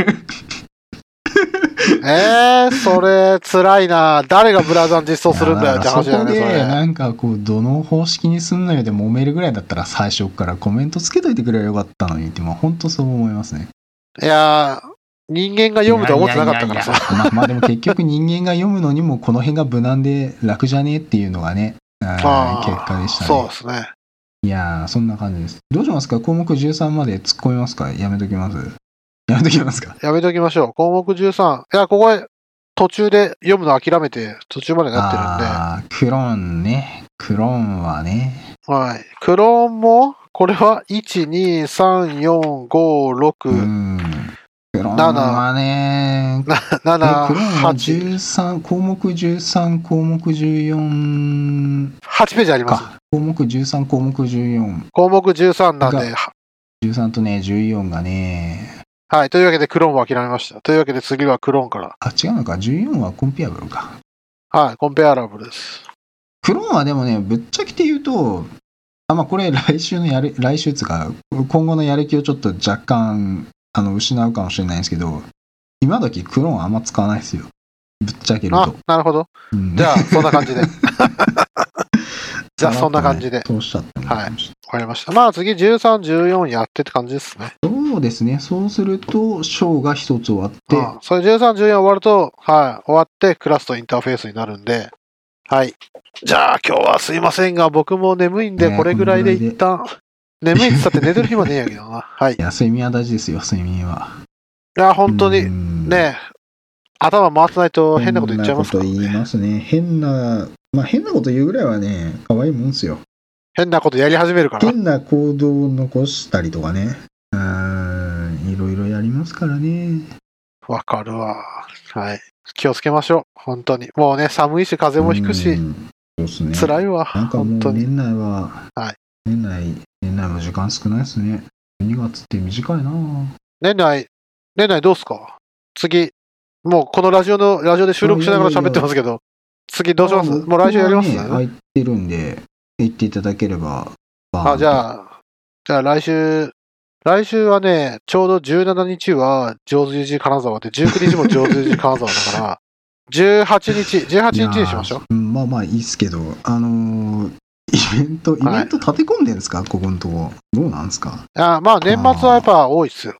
[SPEAKER 1] えー、それ辛いな誰がブラウザー実装するんだよって話だよね、
[SPEAKER 2] い
[SPEAKER 1] そ
[SPEAKER 2] やだからそこ
[SPEAKER 1] れ。
[SPEAKER 2] で、なんかこう、どの方式にすんのよで揉めるぐらいだったら最初からコメントつけといてくれればよかったのにって、まあ本当そう思いますね。
[SPEAKER 1] いやー、人間が読むとは思ってなかったから
[SPEAKER 2] い
[SPEAKER 1] さ。
[SPEAKER 2] やいやいやいやまあまあでも結局人間が読むのにもこの辺が無難で楽じゃねえっていうのがね、あー結果でしたね。
[SPEAKER 1] そうですね。
[SPEAKER 2] いやー、そんな感じです。どうしますか項目13まで突っ込みますかやめときますやめときますか
[SPEAKER 1] やめときましょう。項目13。いや、ここへ途中で読むの諦めて、途中までになってるんで。
[SPEAKER 2] あー、クローンね。クローンはね。
[SPEAKER 1] はい。クローンも、これは、1、2、3、4、5、
[SPEAKER 2] う
[SPEAKER 1] 6、
[SPEAKER 2] ん。クローンはね。でクロ
[SPEAKER 1] 7、
[SPEAKER 2] ーンは
[SPEAKER 1] 8、
[SPEAKER 2] 13、項目13、項目
[SPEAKER 1] 8
[SPEAKER 2] 14
[SPEAKER 1] ページあります。
[SPEAKER 2] か。項目13、項目14。
[SPEAKER 1] 項目13なんで、は
[SPEAKER 2] 13とね、14がね。
[SPEAKER 1] はい。というわけで、クローンは諦めました。というわけで、次はクローンから。
[SPEAKER 2] あ、違うのか。14はコンピアブルか。
[SPEAKER 1] はい。コンペアラブルです。
[SPEAKER 2] クローンはでもね、ぶっちゃけて言うと、あまあ、これ来週のやる、来週っつうか、今後のやる気をちょっと若干、あの、失うかもしれないんですけど、今時クローンあんま使わないですよ。ぶっちゃける
[SPEAKER 1] あ
[SPEAKER 2] と。、
[SPEAKER 1] なるほど。
[SPEAKER 2] うん
[SPEAKER 1] じゃあ、そんな感じで。じゃあ、そんな感じで。わ
[SPEAKER 2] そうしちゃったね
[SPEAKER 1] はいかりました。まあ、次、13、14やってって感じですね。
[SPEAKER 2] そうですね。そうすると、章が一つ終わって、
[SPEAKER 1] うんそれ13、14終わると、はい、終わってクラスとインターフェースになるんで、はい。じゃあ今日はすいませんが、僕も眠いんで、
[SPEAKER 2] ね
[SPEAKER 1] これぐらいで一旦、眠いって言ったって寝てる暇ねえやけ どな。はい。い
[SPEAKER 2] いや、睡眠は大事ですよ、睡眠は。
[SPEAKER 1] や、本当に、
[SPEAKER 2] に
[SPEAKER 1] ね、頭回ってないと変なこと言っちゃいますから
[SPEAKER 2] 変なこと言い
[SPEAKER 1] ね。
[SPEAKER 2] ますね。変な、まあ変なこと言うぐらいはね、可愛いもんですよ。
[SPEAKER 1] 変なことやり始めるから。
[SPEAKER 2] 変な行動を残したりとかね。うーん、いろいろやりますからね。
[SPEAKER 1] わかるわ。はい。気をつけましょう。本当に。もうね、寒いし、風邪もひく
[SPEAKER 2] う
[SPEAKER 1] し、
[SPEAKER 2] んそうっすね。
[SPEAKER 1] 辛いわ。
[SPEAKER 2] なんかも
[SPEAKER 1] 本当
[SPEAKER 2] う
[SPEAKER 1] に。
[SPEAKER 2] 年内は、
[SPEAKER 1] はい
[SPEAKER 2] 年内、年内も時間少ないですね。2月って短いなぁ
[SPEAKER 1] 年内、年内どうすか次、もうこのラジオの、ラジオで収録しながら喋ってますけど、次どうします
[SPEAKER 2] あ
[SPEAKER 1] もう来週やります、
[SPEAKER 2] 僕はね空いてるんで、行っていただければ。
[SPEAKER 1] あ、じ
[SPEAKER 2] あ。
[SPEAKER 1] ゃあ、じゃあ来週、来週はね、ちょうど17日は上手時金沢で、19日も上手時金沢だか ら、18日、18日にしましょう。
[SPEAKER 2] うんまあまあいいっすけど、あのーイベント、イベント立て込んでんですか、ここのとこ。どうなんですか
[SPEAKER 1] あまあ年末はやっぱ多いっすよ。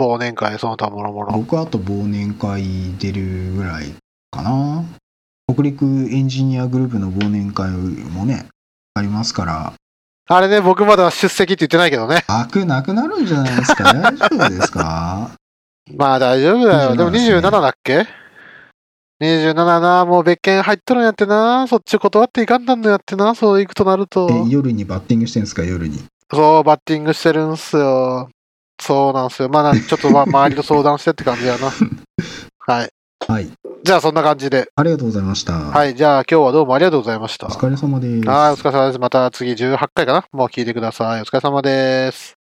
[SPEAKER 1] 忘年会、その他もろもろ。
[SPEAKER 2] 僕はあと忘年会出るぐらいかな北陸エンジニアグループの忘年会もねありますから
[SPEAKER 1] あれね、僕まだ出席って言ってないけどね。
[SPEAKER 2] 悪なくなるんじゃないで すか大丈夫ですか
[SPEAKER 1] まあ大丈夫だよ。でも
[SPEAKER 2] 27ですね
[SPEAKER 1] 27だっけ ?27 な、もう別件入っとるんやってな。そっち断っていかんなんのやってな。そう行くとなると。
[SPEAKER 2] え夜にバッティングしてんですか夜に
[SPEAKER 1] そう、バッティングしてるんすよ。そうなんすよ。まあ、なちょっと ま周りと相談してって感じやな。はい。
[SPEAKER 2] はい
[SPEAKER 1] じゃあそんな感じで。
[SPEAKER 2] ありがとうございました
[SPEAKER 1] はいい。じゃあ今日はどうもありがとうございました。
[SPEAKER 2] お
[SPEAKER 1] はい。
[SPEAKER 2] 疲れ様です
[SPEAKER 1] お疲れ様です。また次18回かな。もう聞いてください。お疲れ様です。